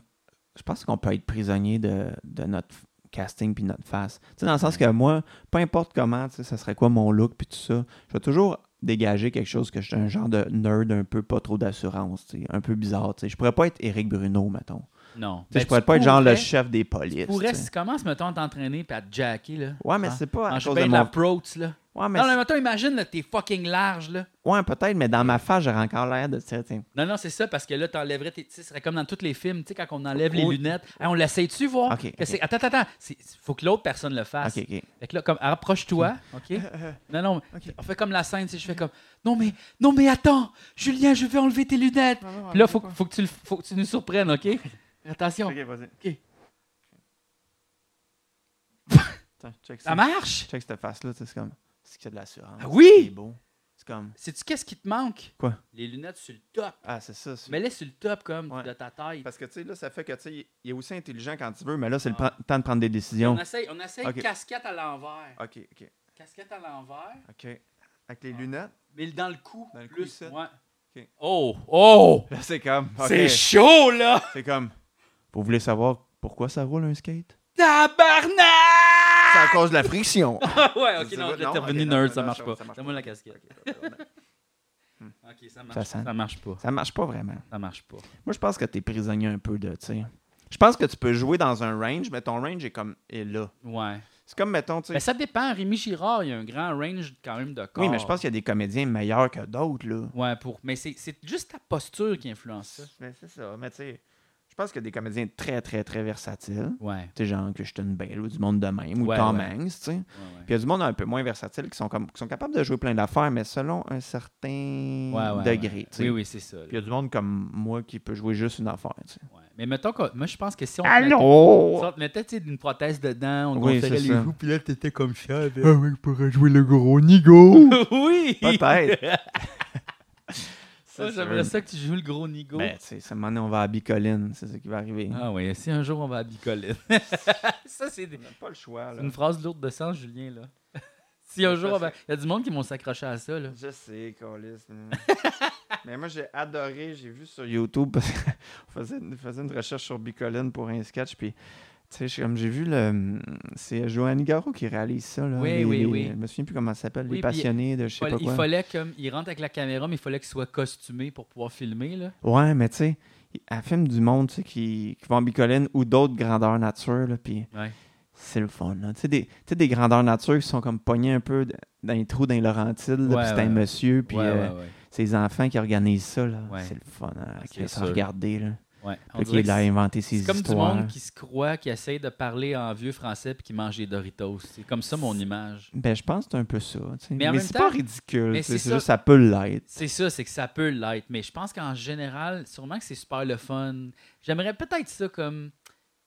je pense qu'on peut être prisonnier de, de notre casting puis notre face. Tu sais, dans le sens que moi, peu importe comment, tu sais, ça serait quoi mon look puis tout ça, je vais toujours dégager quelque chose que je suis un genre de nerd un peu pas trop d'assurance, tu sais, un peu bizarre, tu sais. Je pourrais pas être Éric Bruno, mettons.
Non.
Tu sais,
Ben,
je pourrais pas être genre le
pourrais-
chef des polices.
Pourrais,
tu sais.
si tu commences, mettons, à t'entraîner puis à te jacker, là.
Ouais, mais
en-
c'est pas à
En
cause
chopin
de
ben de
mon-
l'approach, là.
Ouais, mais
Non, non, mettons, imagine, là, t'es fucking large, là.
c'est- ouais, peut-être, mais dans ma face, j'aurais encore l'air de, tu sais, tu sais,
Non, non, c'est ça, parce que là, t'enlèverais tes. Tu sais, ce serait comme dans tous les films, tu sais, quand on enlève les
Oui.
lunettes. Hey, on l'essaie-tu, voir?
Ok,
Que
ok.
c'est- Attends, attends, attends. C'est- Faut que l'autre personne le fasse.
OK, OK.
Fait que là, comme, rapproche-toi, OK?
Euh,
Non, non, on fait comme la scène, si je fais comme, non, mais, non, mais attends, Julien, je vais enlever tes lunettes. Puis là, faut, que- faut, que tu, le- faut que tu nous surprennes, OK? Attention, OK.
Attends, check
ça
ça.
marche?
Check cette face-là, tu sais, c'est comme, c'est qu'il y a de l'assurance.
Ah oui!
C'est beau. C'est comme,
Sais-tu qu'est-ce qui te manque?
Quoi?
Les lunettes sur le top.
ah, c'est ça. c'est-
Mais les sur le top, comme,
Ouais.
de ta taille.
Parce que, tu sais, là, ça fait que, tu sais, il est aussi intelligent quand tu veux, mais là, c'est le
Ah.
pre- temps de prendre des décisions.
On essaye, on essaye
OK.
casquette à l'envers.
OK, OK,
Casquette à l'envers,
OK. Avec
Ah.
les lunettes,
mais dans le cou.
Dans le cou,
plus,
ici.
ouais.
OK.
Oh, oh!
là, c'est comme, OK,
C'est chaud, là!
c'est comme, vous voulez savoir pourquoi ça roule un skate?
Tabarnak!
C'est à cause de la friction.
ouais, ok,
C'est
non,
pas-
j'étais
non,
revenu
ok, non,
nerd,
non,
ça
non,
marche
ça-
pas.
ça marche
Donne-moi la casquette. Ok, ça marche,
Ça
ça,
sent.
marche pas.
ça marche pas vraiment.
Ça marche pas.
Moi, je pense que t'es prisonnier un peu de, tu sais. Je pense que tu peux jouer dans un range, mais ton range est comme, est là.
Ouais.
C'est comme, mettons, tu
Mais
sais.
ça dépend. Rémi Girard, il y a un grand range quand même de corps.
Oui, mais je pense qu'il y a des comédiens meilleurs que d'autres, là.
Ouais, pour... mais c'est c'est juste ta posture qui influence Ah, ça.
Mais c'est ça, mais tu sais, je pense qu'il y a des comédiens très, très, très versatiles.
Ouais.
Tu sais, genre Christian Bale ou du monde de même, ou
Ouais,
Tom
ouais.
Hanks, tu sais.
ouais, ouais.
Puis il y a du monde un peu moins versatile qui sont, comme, qui sont capables de jouer plein d'affaires, mais selon un certain
Ouais, ouais,
degré.
ouais.
tu sais.
Oui, oui, c'est ça. là.
Puis il y a du monde comme moi qui peut jouer juste une affaire. tu sais.
Ouais. Mais mettons que moi, je pense que si on. te mettait- Si
Allô?
on te mettait tu sais, une prothèse dedans, on te
Ah, Oui,
gonflerait
c'est
les
ça.
joues, puis là, t'étais comme ça. avec-
Ah oui, je pourrais jouer le gros nigo.
oui!
Peut-être.
Ça, J'aimerais ça que tu joues le gros nigo.
Ben, tu sais, ça moment donné, on va à Bicoline, c'est ça qui va arriver.
Ah oui, si un jour on va à Bicoline. ça, c'est des-
On n'a pas le choix, là.
une phrase lourde de sens, Julien, là. si un jour, on va- il y a du monde qui vont s'accrocher à ça, là.
Je sais, Colis. mais moi, j'ai adoré, j'ai vu sur YouTube, parce qu'on faisait, on faisait une recherche sur Bicoline pour un sketch, puis... Tu sais, j'ai- comme j'ai vu, le, c'est Joanny Garou qui réalise ça. Là,
Oui,
les-
oui,
les-
oui.
Je me souviens plus comment ça s'appelle.
Oui, puis-
les passionnés de je sais
Fallait-
pas
il
quoi.
fallait comme il rentre avec la caméra, mais il fallait qu'il soit costumé pour pouvoir filmer là.
Ouais, mais tu sais, un film du monde tu sais, qui, qui va en bicoline ou d'autres grandeurs nature, là, puis
Ouais.
c'est le fun. là. Tu sais, des, tu sais, des grandeurs nature qui sont comme pognés un peu d- dans les trous, dans les Laurentides, là,
Ouais,
puis c'est
ouais,
un
ouais.
monsieur, puis
ouais,
euh,
ouais, ouais.
ses enfants qui organisent ça, là.
Ouais.
C'est le fun, hein,
Ah,
à
c'est
Chris, à
sûr.
regarder, là.
Ouais. On
Puis
dirait
qu'il a
que
inventé
c'est
ses
c'est comme du
histoires.
monde qui se croit, qui essaie de parler en vieux français puis qui mange des Doritos. C'est comme ça mon image.
Ben, je pense que c'est un peu ça, tu sais.
Mais en
Mais
même
c'est pas
temps-
ridicule,
mais
tu sais,
c'est
c'est
ça.
juste ça peut l'être.
C'est ça, c'est que ça peut l'être, mais je pense qu'en général, sûrement que c'est super le fun. J'aimerais peut-être ça comme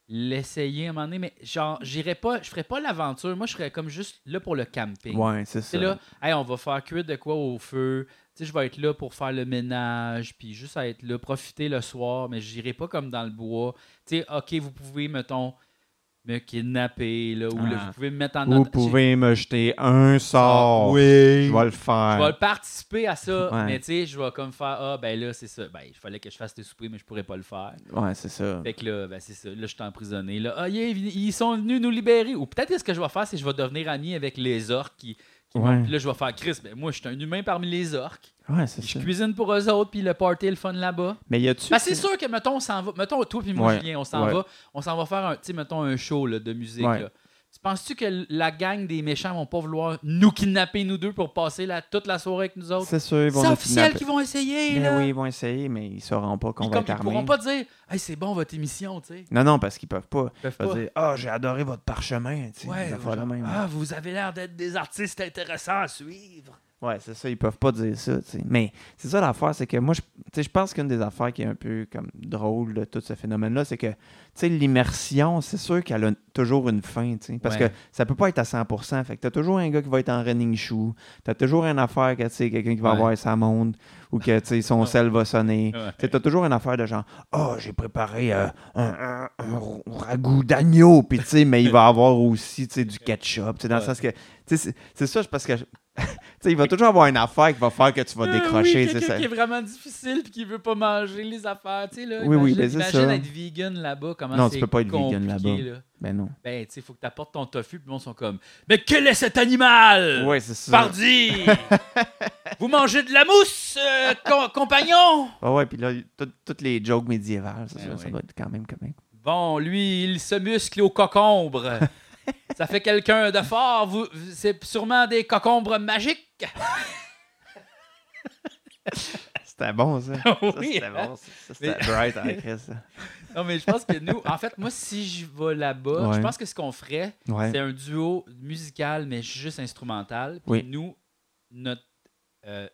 l'essayer à un moment donné, mais genre j'irais pas, je ferais pas l'aventure. Moi, je serais comme juste là pour le camping.
Ouais, c'est ça.
C'est là, hey, on va faire cuire de quoi au feu. Tu sais, je vais être là pour faire le ménage, puis juste à être là, profiter le soir, mais j'irai pas comme dans le bois. Tu sais, OK, vous pouvez, mettons, me kidnapper, là, ou là,
Ah.
vous pouvez me mettre en
Vous
otage.
pouvez me jeter un sort.
Oui.
Je vais le
Je
faire.
vais participer à ça,
Ouais.
mais tu sais, je vais comme faire Ah, ben là, c'est ça. Ben, il fallait que je fasse des soupers, mais je pourrais pas le faire.
Ouais, c'est ça.
Fait que là, ben, c'est ça. Là, je suis emprisonné. Là, ah, yeah, ils sont venus nous libérer. Ou peut-être, ce que je vais faire, c'est que je vais devenir ami avec les orques qui. qui
Ouais.
Puis là, je vais faire Chris, ben moi, je suis un humain parmi les orques.
Ouais, c'est
Je
ça.
cuisine pour eux autres, puis le party est le fun là-bas.
Mais y a-tu.
Ben, c'est sûr que, mettons, on s'en va. Mettons, toi puis moi,
Ouais,
Julien, on s'en
ouais.
va. On s'en va faire un, tu sais, mettons, un show là, de musique.
Ouais.
là. Tu penses-tu que la gang des méchants vont pas vouloir nous kidnapper, nous deux, pour passer la, toute la soirée avec nous autres?
C'est sûr, ils vont
C'est
nous
officiel
kidnapper.
qu'ils vont essayer,
Ben
là.
oui, ils vont essayer, mais ils sauront pas
Puis
qu'on va
comme,
être
ils pourront
armés.
pas dire Hey, c'est bon votre émission, tu sais.
Non, non, parce qu'ils peuvent pas.
Ils peuvent
Ils
pas.
vont dire Ah, j'ai adoré votre parchemin. Tu sais,
Ouais,
des affaires de
genre,
même.
ah, vous avez l'air d'être des artistes intéressants à suivre.
Ouais, c'est ça, ils peuvent pas dire ça, tu sais. Mais c'est ça l'affaire, c'est que moi, je, tu sais, je pense qu'une des affaires qui est un peu comme drôle de tout ce phénomène-là, c'est que, tu sais, l'immersion, c'est sûr qu'elle a toujours une fin, tu sais. Parce
Ouais.
que ça peut pas être à 100%, fait que t'as toujours un gars qui va être en running shoe, t'as toujours une affaire que, tu sais, quelqu'un qui va
Ouais.
avoir sa montre, ou que, tu sais, son sel va sonner.
Ouais.
Tu sais, t'as toujours une affaire de genre, oh, j'ai préparé euh, un, un- un r- ragoût d'agneau, puis tu sais, mais il va avoir aussi, tu sais, du ketchup, tu sais, dans le
Ouais.
sens que, tu sais, c'est- c'est ça, c'est parce que, tu sais, il va toujours avoir une affaire qui va faire que tu vas décrocher,
Ah oui,
c'est
quelqu'un
ça.
qui est vraiment difficile puis qui veut pas manger les affaires, tu sais là.
Oui, oui,
imagine-
mais c'est
imagine
ça.
être vegan là-bas, comment
Non, tu
c'est
peux pas être vegan
compliqué, là.
Ben non.
Ben, tu sais, faut que t'apportes ton tofu, puis le monde sont comme Mais quel est cet animal
Ouais, c'est ça.
Pardi Vous mangez de la mousse, euh, com- compagnon
Ah ouais, puis là, tout- toutes les jokes médiévales, c'est
Ben
ça, ça
oui.
doit être quand même comme
Bon, lui, il se muscle aux cocombres. Ça fait quelqu'un de fort. Vous, c'est sûrement des cocombres magiques.
C'était bon, ça. Ça,
Oui,
c'était
hein?
bon, ça. Ça, c'était bright, hein, Chris. ça.
Non, mais je pense que nous, en fait, moi, si je vais là-bas,
Ouais.
je pense que ce qu'on ferait, c'est
Ouais.
un duo musical, mais juste instrumental. Puis
Oui.
nous, notre, euh,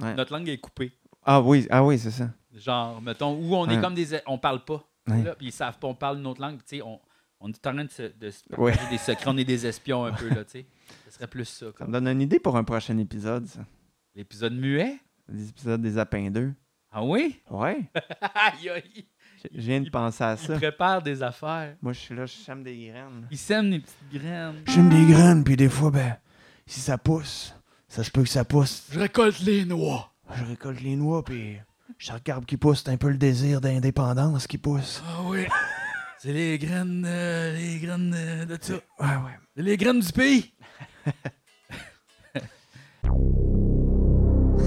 Ouais.
notre langue est coupée.
Ah oui, ah oui, c'est ça.
Genre, mettons, où on
Ouais.
est comme des. On parle pas.
Ouais.
Là, puis ils savent pas, on parle une autre langue. Tu sais, on, on est en train de se, de se
Ouais.
partager des secrets, on est des espions un peu, là, tu sais. Ce serait plus ça.
Ça
comme.
me donne une idée pour un prochain épisode, ça.
L'épisode muet?
Des épisodes des Apins 2.
Ah oui?
Ouais,
Aïe, aïe!
je viens de penser à
Il
ça.
prépare des affaires.
Moi, je suis là, je sème des graines.
Il sème des petites graines.
Je sème des graines, puis des fois, ben, si ça pousse, ça se peut que ça pousse.
Je récolte les noix.
Je récolte les noix, puis chaque arbre qui pousse, c'est un peu le désir d'indépendance qui pousse.
Ah oui! C'est les graines, euh, les graines euh, de ça.
Ouais, ouais.
C'est les graines du pays.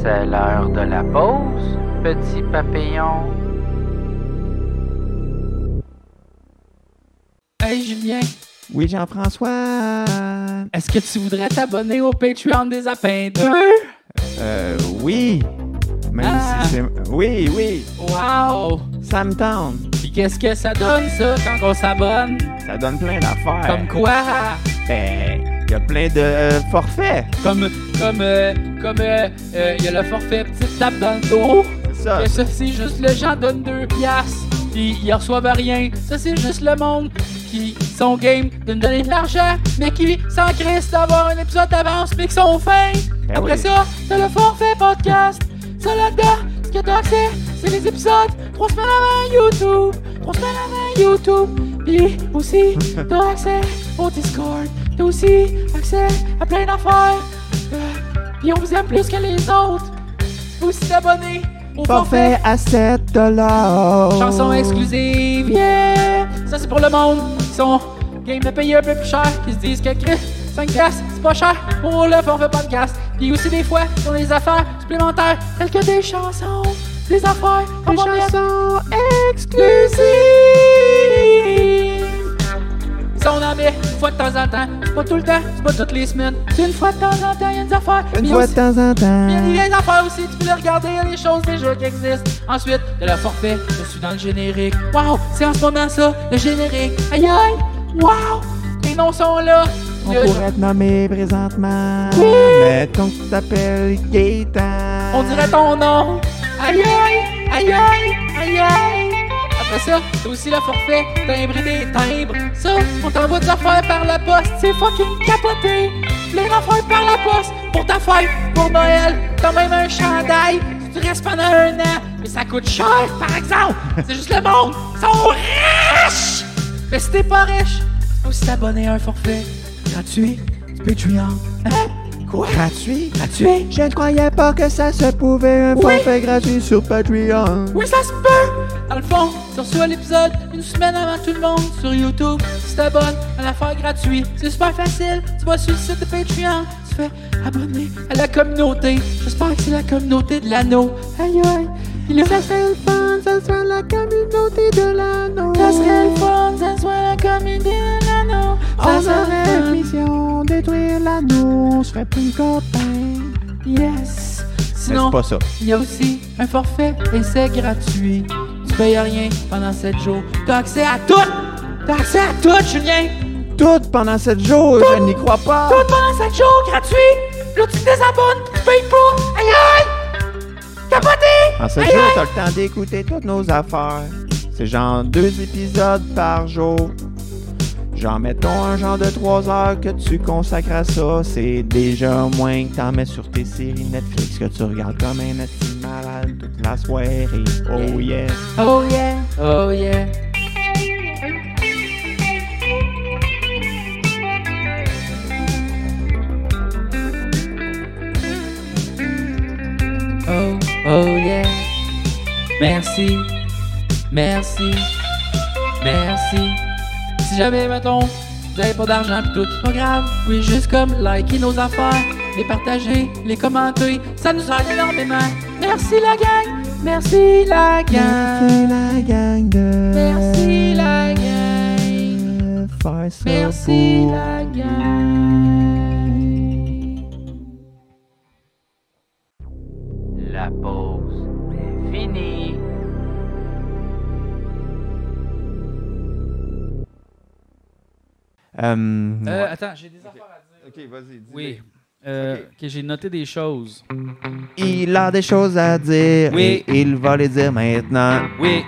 C'est l'heure de la pause, petit papillon.
Hey Julien,
Oui, Jean-François!
est-ce que tu voudrais t'abonner au Patreon des Apins 2?
Euh, oui! Même
Ah!
si c'est... Oui, oui!
Wow!
Ça me tente!
Puis qu'est-ce que ça donne ça quand on s'abonne?
Ça donne plein d'affaires!
Comme quoi?
Ben, il y a plein de euh, forfaits!
Comme comme euh, comme euh, euh, il y a le forfait petite tape dans le dos.
C'est ça!
Mais ça c'est juste le gens donnent deux piastres puis ils reçoivent rien. Ça c'est juste le monde qui sont game de nous donner de l'argent mais qui s'en crissent d'avoir un épisode d'avance mais qui sont fins.
Ben
Après
oui.
ça, t'as le forfait podcast. Ça là-dedans, ce que t'as accès, c'est les épisodes trois semaines avant YouTube. Trois semaines avant YouTube. Puis aussi, t'as accès au Discord. T'as aussi accès à plein d'affaires. Euh, Puis on vous aime plus que les autres. Vous aussi t'abonner au forfait.
Forfait à 7 dollars!
Chansons exclusives, yeah! Ça, c'est pour le monde qui sont game de payer un peu plus cher, qui se disent que Chris, 5 piastres, c'est pas cher pour le forfait podcast. Puis aussi, des fois, sur les affaires supplémentaires, telles que des chansons, des affaires, des chansons exclusives! Ça, on en met une fois de temps en temps. C'est pas tout le temps, c'est pas toutes les semaines. C'est une fois de temps en temps, il y a des affaires.
Une
Puis
fois
aussi-
de temps en
il y a-
temps!
Il y a des affaires aussi, tu peux les regarder, il y a des choses déjà qui existent. Ensuite, de la forfait, je suis dans le générique. Waouh, c'est en ce moment ça, le générique. Aïe aïe, waouh, les noms sont là.
On
Le-
pourrait te nommer présentement.
Oui.
Mettons que tu t'appelles Gaëtan.
on dirait ton nom. Aïe aïe, aïe aïe, aïe aïe. Après ça, t'as aussi le forfait, timbrer des timbres. Ça, on t'envoie des affaires par la poste, c'est fucking capoté. Plein d'affaires par la poste, pour ta fête, pour Noël. T'as même un chandail, tu restes pendant un an. Mais ça coûte cher, par exemple. C'est juste le monde, ils sont riches. Mais si t'es pas riche, tu peux aussi t'abonner à un forfait gratuit, du Patreon. Hein? Quoi?
Gratuit?
Gratuit?
Je ne croyais pas que ça se pouvait un
Oui.
forfait gratuit sur Patreon.
Oui, ça se peut! Dans le fond, tu reçois l'épisode une semaine avant tout le monde sur YouTube. Tu t'abonnes à l'affaire gratuite. C'est super facile. Tu vas sur le site de Patreon. Tu fais abonner à la communauté. J'espère que c'est la communauté de l'anneau. Aïe aïe! Puis là, ça serait le fun, ça serait la communauté de l'anneau. Ça serait le fun, ça serait la communauté de l'anneau. Ça
On
serait
aurait
le fun.
mission détruire l'anneau, on serait plus copains.
Yes! Sinon,
ça.
Il y a aussi un forfait et c'est gratuit. Tu payes rien pendant 7 jours. T'as accès à tout! T'as accès à tout, Julien!
Tout pendant 7 jours, je n'y crois pas.
Tout pendant 7 jours gratuit! Là, tu te désabonnes, tu
En ce jour, t'as le temps d'écouter toutes nos affaires. C'est genre deux épisodes par jour. Genre, mettons un genre de trois heures que tu consacres à ça. C'est déjà moins que t'en mets sur tes séries Netflix que tu regardes comme un petit malade toute la soirée. Oh yeah!
Oh yeah, oh yeah. Oh, oh yeah. Merci, merci, merci. Si jamais, mettons, vous avez pas d'argent pis tout, c'est pas grave. Oui, juste comme liker nos affaires, les partager, les commenter, ça nous aide énormément. Merci la gang, merci la gang,
Merci la gang de
merci la gang.
faire ça
Merci
pour-
la gang.
La pause est finie.
Euh,
Euh,
ouais.
Attends, j'ai des affaires à dire.
Ok, vas-y, dis
Oui. Euh, ok, j'ai noté des choses.
Il a des choses à dire
Oui.
et il va les dire maintenant.
Oui.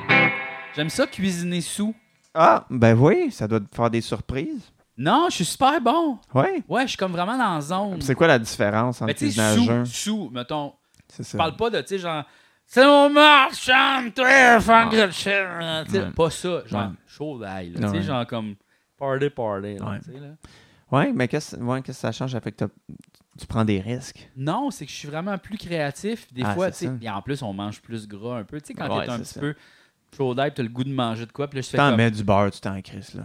J'aime ça cuisiner sous.
Ah, ben oui, ça doit te faire des surprises.
Non, je suis super bon.
Oui.
Ouais, je suis comme vraiment dans la zone.
C'est quoi la différence entre
Mais tu
cuisiner
sais,
à jeun?
sous, sous, mettons.
C'est
Je
ça.
parle pas de, tu sais, genre. C'est mon marchand, toi, fangre Tu sais,
Ouais.
Pas ça, genre,
Ouais.
chaud d'ail. là, Tu
Ouais.
sais, genre comme party, party. là,
Ouais.
tu sais, là.
Oui, mais qu'est-ce ouais, qu'est-ce que ça change avec que t'as- tu prends des risques?
Non, c'est que je suis vraiment plus créatif. Des
Ah,
fois, tu
c'est
sais,
ça.
et en plus, on mange plus gras un peu. Tu sais, quand
Ouais,
t'es un
c'est
petit
ça.
peu chaud d'ail, t'as le goût de manger de quoi, puis là, je fais
T'en
comme...
mets du beurre, tu t'en crisses, là.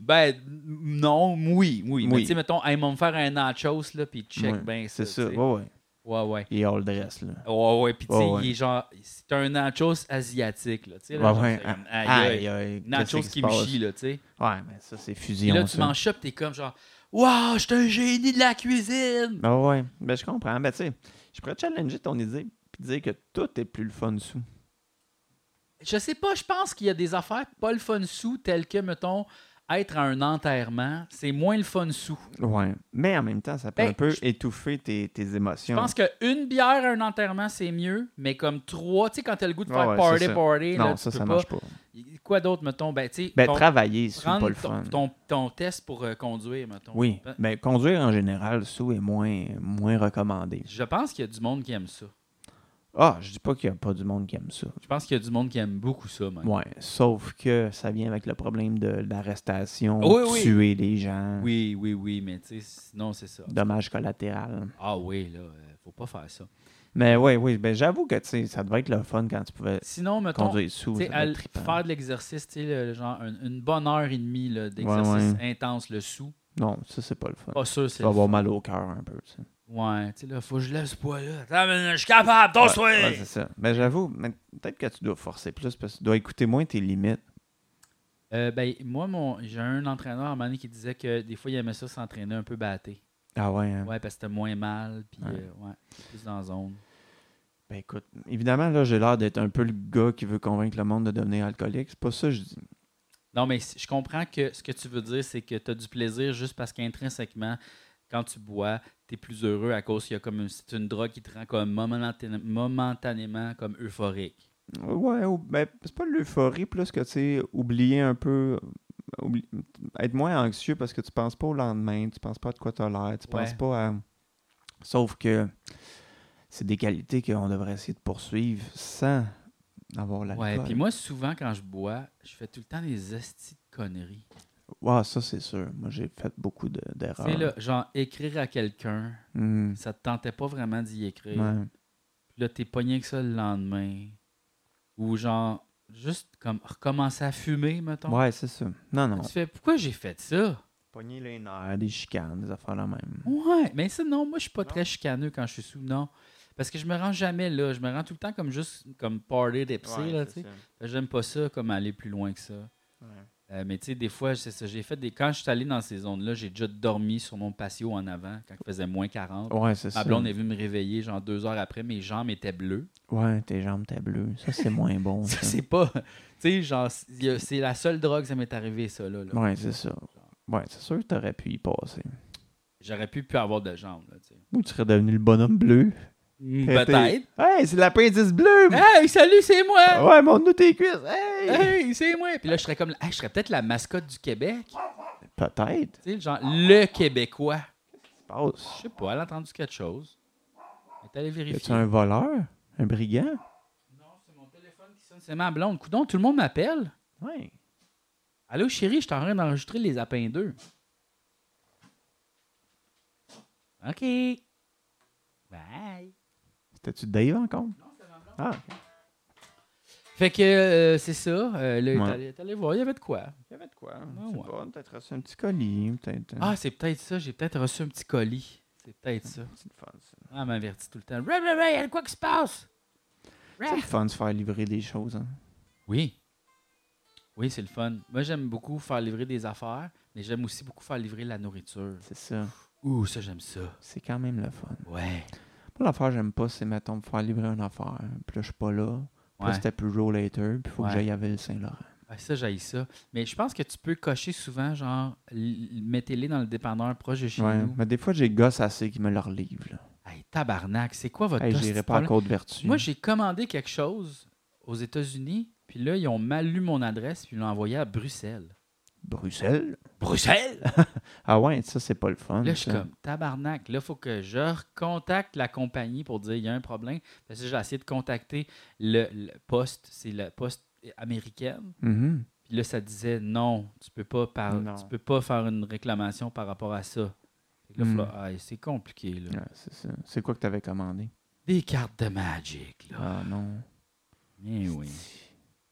Ben, non, oui, oui. Mais
Oui.
tu sais, mettons, ils vont me faire un nachos, là, puis check
Ouais,
ben ça.
C'est ça,
tu sais.
ouais, ouais.
Ouais, ouais.
Et all dress, là.
Ouais, ouais, puis tu sais,
Ouais, ouais.
il est genre... C'est un nachos asiatique, là, tu sais. là,
Ouais,
genre,
ouais. hein.
c'est comme, aïe, aïe.
Aïe, aïe.
Nachos
qu'est-ce
qui
se
me
passe?
chie, là, tu sais.
Ouais, mais ça, c'est
Puis
fusion,
là, tu
ça.
manges ça, puis t'es comme genre... Waouh, je suis un génie de la cuisine!
Ben ouais, ben je comprends. Ben tu sais, je pourrais challenger ton idée puis dire que tout est plus le fun sous.
Je sais pas, je pense qu'il y a des affaires pas le fun sous, telles que, mettons, être à un enterrement, c'est moins le fun sous.
Ouais. Mais en même temps, ça peut
Ben,
un peu
je-
étouffer tes, tes
Je
émotions.
pense qu'une bière à un enterrement, c'est mieux, mais comme trois, tu sais, quand t'as le goût de
Ouais,
faire
ouais,
party,
c'est ça.
party, là,
non,
tu
ça,
peux
ça
pas.
marche pas.
Quoi d'autre, mettons? Ben, tu sais,
Ben
ton-
travailler sous,
prendre
pas le
ton,
fun.
ton, ton test pour euh, conduire, mettons.
Oui. Ben conduire en général sous est moins, moins recommandé.
Je pense qu'il y a du monde qui aime ça.
Ah, je dis pas qu'il y a pas du monde qui aime ça.
Je pense qu'il y a du monde qui aime beaucoup ça, même.
Ouais, sauf que ça vient avec le problème de l'arrestation,
Oui, oui.
tuer des gens,
Oui, oui, oui, mais tu sais, sinon, c'est ça.
dommages collatéraux.
Ah oui, là, euh, faut pas faire ça.
Mais oui, oui, ben j'avoue que tu sais, ça devait être le fun quand tu pouvais
Sinon, mettons,
conduire sous.
Tu sais, à
ça devait
l-
être trippant.
faire de l'exercice, tu sais, le- genre un- une bonne heure et demie là, d'exercice
Ouais,
intense, le sous.
Non, ça c'est pas le fun.
Pas sûr, c'est.
Tu vas avoir mal au cœur un peu. tu sais.
Ouais, tu sais, là, faut que je lève ce poids-là. Attends, mais je suis capable, t'en
Ouais, ouais, c'est ça. Mais j'avoue, mais peut-être que tu dois forcer plus parce que tu dois écouter moins tes limites.
Euh, ben, moi, mon, j'ai un entraîneur à un moment donné qui disait que des fois, il aimait ça s'entraîner un peu batté.
Ah ouais. hein.
Ouais, parce que c'était moins mal, puis
Ouais.
euh, ouais, plus dans la zone.
Ben écoute, évidemment, là, j'ai l'air d'être un peu le gars qui veut convaincre le monde de devenir alcoolique. C'est pas ça que je dis.
Non, mais c- je comprends que ce que tu veux dire, c'est que tu as du plaisir juste parce qu'intrinsèquement, quand tu bois, tu es plus heureux à cause qu'il y a comme une- c'est une drogue qui te rend comme momentané- momentanément comme euphorique.
Ouais, ou- ben, c'est pas l'euphorie plus que, tu sais, oublier un peu, euh, oubli- être moins anxieux parce que tu penses pas au lendemain, tu penses pas à de quoi t'as l'air, tu penses
Ouais.
pas à... Sauf que c'est des qualités qu'on devrait essayer de poursuivre sans avoir l'alcool.
Ouais, puis moi, souvent, quand je bois, je fais tout le temps des hosties de conneries.
Ouais, ça, c'est sûr. Moi, j'ai fait beaucoup de-
Tu
d'erreurs.
sais, là, genre, écrire à quelqu'un,
Hmm.
ça te tentait pas vraiment d'y écrire.
Ouais.
Puis là, t'es pogné que ça le lendemain. Ou genre, juste comme recommencer à fumer, mettons.
Ouais, c'est ça. Non, non.
Tu fais, pourquoi j'ai fait ça?
Pogner les nerfs, des chicanes, des affaires la même.
Ouais, mais ça, non, moi, je suis pas très chicaneux quand je suis sous, non. Parce que je me rends jamais là. Je me rends tout le temps comme juste, comme party d'épicé, là, tu sais. J'aime pas ça, comme aller plus loin que ça. Euh, mais tu sais, des fois, c'est ça. J'ai fait des. Quand je suis allé dans ces zones-là, j'ai déjà dormi sur mon patio en avant quand il faisait moins 40.
Ouais, c'est
Ma
Oh, ça.
blonde est venue me réveiller, genre deux heures après, mes jambes étaient bleues.
Ouais, tes jambes, t'es bleues. Ça, c'est moins bon.
Ça,
ça.
c'est pas. Tu sais, genre, c'est y a- c'est la seule drogue, ça m'est arrivé, ça, là. là.
Ouais, c'est ça. Ouais, c'est sûr que t'aurais pu y passer.
J'aurais pu plus avoir de jambes. là, tu sais.
Ou tu serais devenu le bonhomme bleu.
Mm,
Pété.
Peut-être.
Hey, c'est l'appendice bleu!
Hey, salut, c'est moi!
Ouais, montre-nous tes cuisses! Hey!
Hey, c'est moi! Puis là, je serais comme. Hey, je serais peut-être la mascotte du Québec. Tu
Peut-être.
sais, le genre, le Québécois. Je
Passe.
sais pas, elle a entendu quelque chose. Elle est allée
Y
vérifier.
a-tu un voleur? Un brigand?
Non, c'est mon téléphone qui sonne. C'est ma blonde. Coudon, tout le monde m'appelle.
Ouais.
Allô, chérie, je suis en train d'enregistrer les Apins 2. OK. Bye.
C'était-tu Dave encore? Ah,
Fait que euh, c'est ça. Euh, là,
Ouais.
t'es allé- t'es allé voir, il y avait de quoi.
il y avait de quoi.
Ah,
Je sais
ouais.
pas, peut-être reçu un petit colis, peut-être. euh,
Ah, c'est peut-être ça. J'ai peut-être reçu un petit colis. C'est peut-être ça.
c'est le fun, ça.
Ah, elle m'avertit tout le temps. Ray, Ray, Ray, il y a de quoi qui se passe? Ray.
C'est le fun de se faire livrer des choses. hein.
Oui. Oui, c'est le fun. Moi, j'aime beaucoup faire livrer des affaires, mais j'aime aussi beaucoup faire livrer la nourriture.
C'est ça.
Ouh, ça, j'aime ça.
C'est quand même le fun.
Ouais.
Moi, l'affaire que j'aime pas, c'est, mettons, me faire livrer une affaire. Puis là, je suis pas là. Puis là,
Ouais.
c'était plus jour later. Puis faut
Ouais.
que j'aille à Ville-Saint-Laurent.
Ouais, ça, j'aille ça. Mais je pense que tu peux cocher souvent, genre, l- l- mettez-les dans le dépanneur proche de chez
Ouais.
nous.
Mais des fois, j'ai gosses assez qui me leur livrent. là.
Hey, tabarnak, c'est quoi votre
Hey,
hostie
j'irai
de
pas à
problème?
Côte-Vertu.
Moi, j'ai commandé quelque chose aux États-Unis, puis là, ils ont mal lu mon adresse, puis ils l'ont envoyé à Bruxelles.
Bruxelles.
Bruxelles?
Ah ouais, ça, c'est pas le fun.
Là, je suis
ça.
comme, tabarnak, là, il faut que je recontacte la compagnie pour dire, il y a un problème. Parce que j'ai essayé de contacter le, le poste, c'est la poste américaine.
Mhm.
Puis là, ça disait, non, tu peux pas par-
Non.
tu peux pas faire une réclamation par rapport à ça. Fait que là,
Mm.
faut- ah, c'est compliqué, là.
Ouais, c'est ça. C'est quoi que t'avais commandé?
Des cartes de Magic, là.
Ah non.
Eh oui.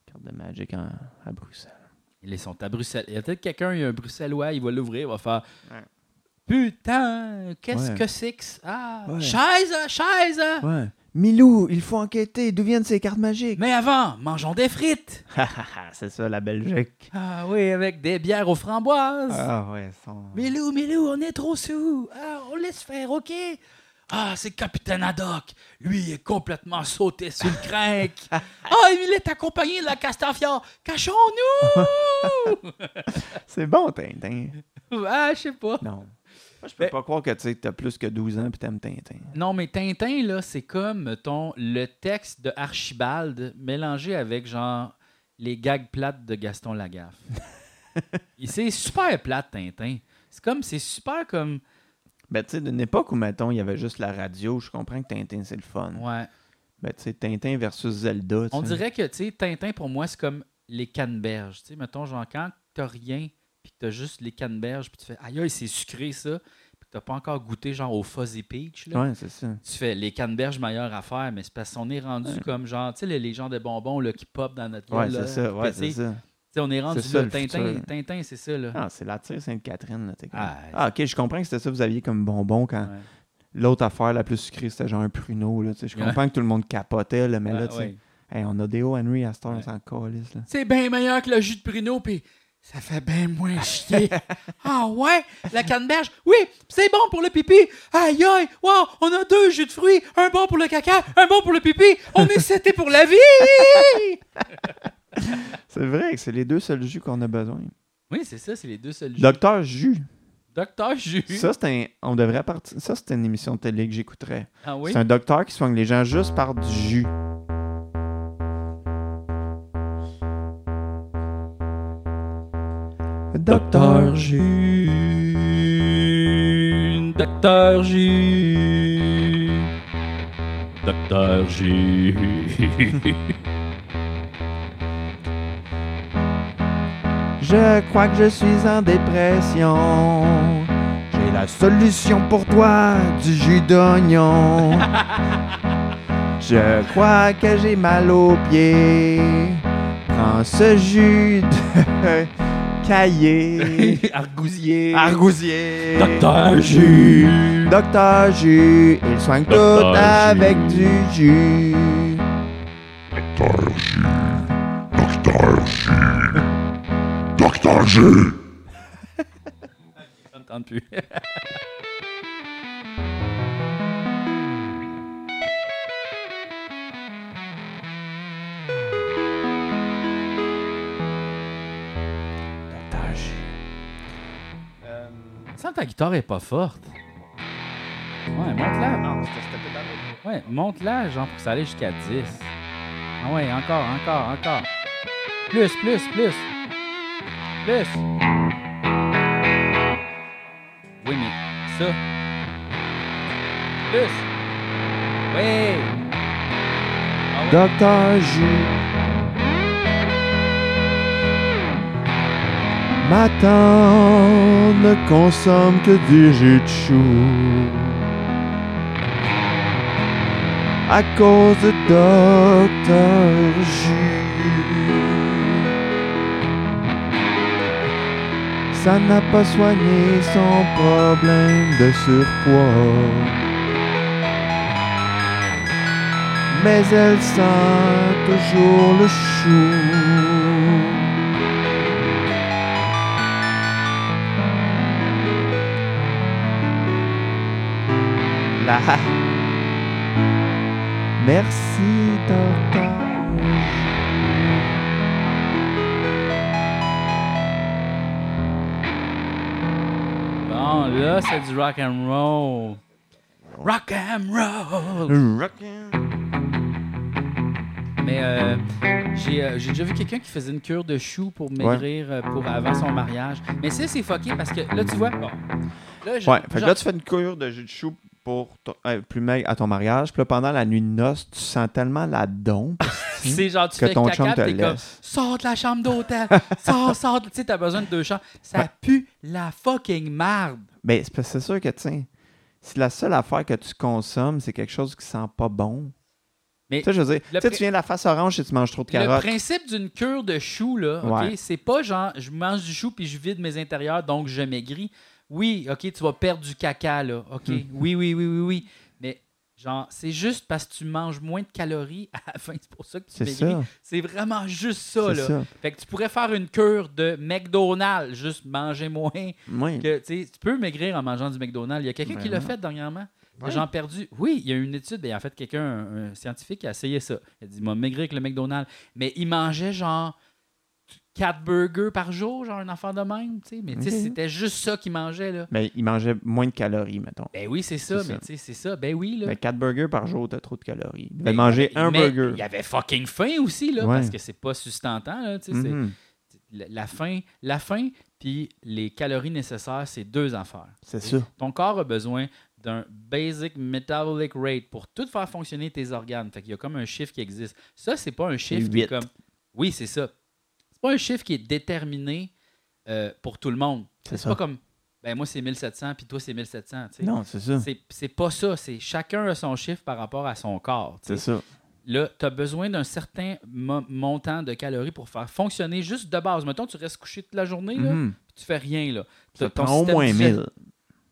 Carte de Magic en- à Bruxelles.
Ils sont à Bruxelles. Il y a peut-être quelqu'un, il y a un Bruxellois, il va l'ouvrir, il va faire
Ouais.
Putain, qu'est-ce
Ouais.
que c'est que ça? Ah,
Ouais.
Scheisse, scheisse!
Ouais. Milou, il faut enquêter. D'où viennent ces cartes magiques?
Mais avant, mangeons des frites!
Ah, c'est ça, la Belgique.
Ah oui, avec des bières aux framboises.
Ah ouais, son...
Milou, Milou, on est trop sous. Ah, on laisse faire, OK? Ah, c'est Capitaine Haddock. Lui, il est complètement sauté sur le crank. ah, il est accompagné de la Castafiore. Cachons-nous!
C'est bon, Tintin.
ah, je sais pas.
Non. Moi, je peux
Mais-
pas croire que tu sais, t'as plus que 12 ans puis t'aimes Tintin.
Non, mais Tintin, là, c'est comme, mettons, le texte de Archibald mélangé avec, genre, les gags plates de Gaston Lagaffe. Et c'est super plate, Tintin. C'est comme, c'est super comme.
Ben, tu sais, d'une époque où, mettons, il y avait juste la radio, je comprends que Tintin, c'est le fun.
Ouais.
Ben, tu sais, Tintin versus Zelda. tu
On
sais.
dirait que, tu sais, Tintin, pour moi, c'est comme les canneberges. Tu sais, mettons, genre, quand t'as rien, puis que t'as juste les canneberges, puis tu fais, aïe, aïe, c'est sucré, ça, puis que t'as pas encore goûté, genre, au Fuzzy Peach, là.
Ouais, c'est ça.
Tu fais les canneberges meilleures à faire, mais c'est parce qu'on est rendu
Ouais.
comme genre, tu sais, les, les genres de bonbons là, qui pop dans notre
Ouais,
gueule, là,
c'est ça.
puis
Ouais,
que, tu
c'est
sais,
ça.
tu sais, on est rendu
C'est ça,
là.
le
Tintin,
futur.
Tintin c'est ça, là.
Ah, c'est la tire Sainte-Catherine, là, t'es comme-
Ah,
Ah, ok, je comprends que c'était ça que vous aviez comme bonbon quand
Ouais.
l'autre affaire la plus sucrée, c'était genre un pruneau, là, tu sais. Je
Ouais.
comprends que tout le monde capotait, là, mais là,
Ah, Ouais,
tu sais,
ouais.
hey, on a des hauts Henry à cette heure,
Ouais.
on s'en calisse, là.
C'est bien meilleur que le jus de pruneau, puis ça fait bien moins chier. ah ouais, la canneberge, oui, pis c'est bon pour le pipi. Aïe aïe, wow, on a deux jus de fruits, un bon pour le caca, un bon pour le pipi. On est seté pour la vie.
C'est vrai que c'est les deux seuls jus qu'on a besoin.
Oui, c'est ça, c'est les deux seuls jus.
Docteur Jus.
Docteur Jus.
Ça, c'est un. On devrait partir. Ça, c'était une émission de télé que j'écouterais.
Ah oui.
C'est un docteur qui soigne les gens juste par du jus. Docteur
Jus. Docteur Jus. Docteur Jus.
Je crois que je suis en dépression. J'ai la solution pour toi, du jus d'oignon. Je crois que j'ai mal aux pieds. Prends ce jus de caillé.
Argousier.
Argousier.
Docteur Jus.
Docteur Jus. Il soigne
Docteur
tout
Jus.
avec du jus.
J'entends plus. semble Euh, que ta guitare est pas forte. Ouais, monte-la.
Non, c'était c'était pédale.
Ouais, monte-la, genre, pour que ça aille jusqu'à 10. Ah ouais, encore, encore, encore. Plus, plus, plus. Plus. Oui, mais ça. Plus. Oui. Ah ouais.
Docteur J. Ma tante ne consomme que du jus de chou. À cause de Docteur Jus. Ça n'a pas soigné son problème de surpoids. mais elle sent toujours le chou. Là. Merci, Docteur.
Bon, là, c'est du rock and roll. Rock and roll. Mais euh, j'ai euh, j'ai déjà vu quelqu'un qui faisait une cure de choux pour maigrir euh, pour avant son mariage. Mais ça, c'est fucké parce que là, tu vois. Bon, là, je-
Ouais, fait que
genre-
là, tu fais une cure de jus de chou pour ton- euh, plus maigre à ton mariage. Puis là, pendant la nuit de noces, tu sens tellement la dompe
c'est genre, tu
que
fais
ton chum
caca,
te
pis t'es comme
laisse.
Sors de la chambre d'hôtel. sors, sors. de- Tu sais, t'as besoin de deux chambres. Ça pue la fucking marde.
Ben, c'est parce que c'est sûr que, tiens, si la seule affaire que tu consommes, c'est quelque chose qui sent pas bon.
Mais
Tu sais, je veux dire,
le
tu sais,
pri-
tu viens de la face orange et tu manges trop de
Le
carottes.
principe d'une cure de chou, là, OK,
Ouais.
c'est pas genre je mange du chou puis je vide mes intérieurs, donc je maigris. Oui, OK, tu vas perdre du caca, là. OK.
Hmm.
Oui, oui, oui, oui, oui. Mais genre, c'est juste parce que tu manges moins de calories à la fin. C'est pour ça que tu
C'est
maigris.
ça.
C'est vraiment juste ça,
C'est
là.
ça.
Fait que tu pourrais faire une cure de McDonald's, juste manger moins.
Oui.
Que, tu sais, tu peux maigrir en mangeant du McDonald's. Il y a quelqu'un qui l'a
Vraiment.
fait dernièrement.
Ben Ouais.
Les gens perdu. Oui, il y a une étude. ben, en fait, quelqu'un, un, un scientifique, qui a essayé ça. Il a dit, m'a maigrir avec le McDonald's. Mais il mangeait genre quatre burgers par jour, genre un enfant de même. tu sais. Mais tu sais,
Ok.
c'était juste ça qu'il mangeait. Là.
Mais il mangeait moins de calories, mettons.
Ben oui, c'est ça.
C'est
Mais
ça.
tu sais, c'est ça. Ben oui. Là.
Mais 4 burgers par jour, t'as trop de calories. Il
Mais
devait manger
avait-
un
mais
burger.
Il avait fucking faim aussi, là,
Ouais.
parce que c'est pas sustentant. Là, tu sais, c'est-
Mhm.
la, la faim, la faim, puis les calories nécessaires, c'est deux affaires.
C'est ça.
Ton corps a besoin d'un basic metabolic rate pour tout faire fonctionner tes organes. Fait qu'il y a comme un chiffre qui existe. Ça, c'est pas un chiffre qui est
huit.
comme. Oui, c'est ça. C'est pas un chiffre qui est déterminé euh, pour tout le monde.
C'est
C'est pas
ça.
comme. Ben moi, c'est 1700, puis toi, c'est 1700. tu sais.
Non, c'est ça.
C'est- C'est pas ça. C'est chacun a son chiffre par rapport à son corps. tu sais.
C'est ça.
Là, tu as besoin d'un certain mo- montant de calories pour faire fonctionner juste de base. Mettons, tu restes couché toute la journée, là,
Mhm.
puis tu fais rien. Là. T'as-
Ça
ton
prend au
système
moins
digestif-
1000.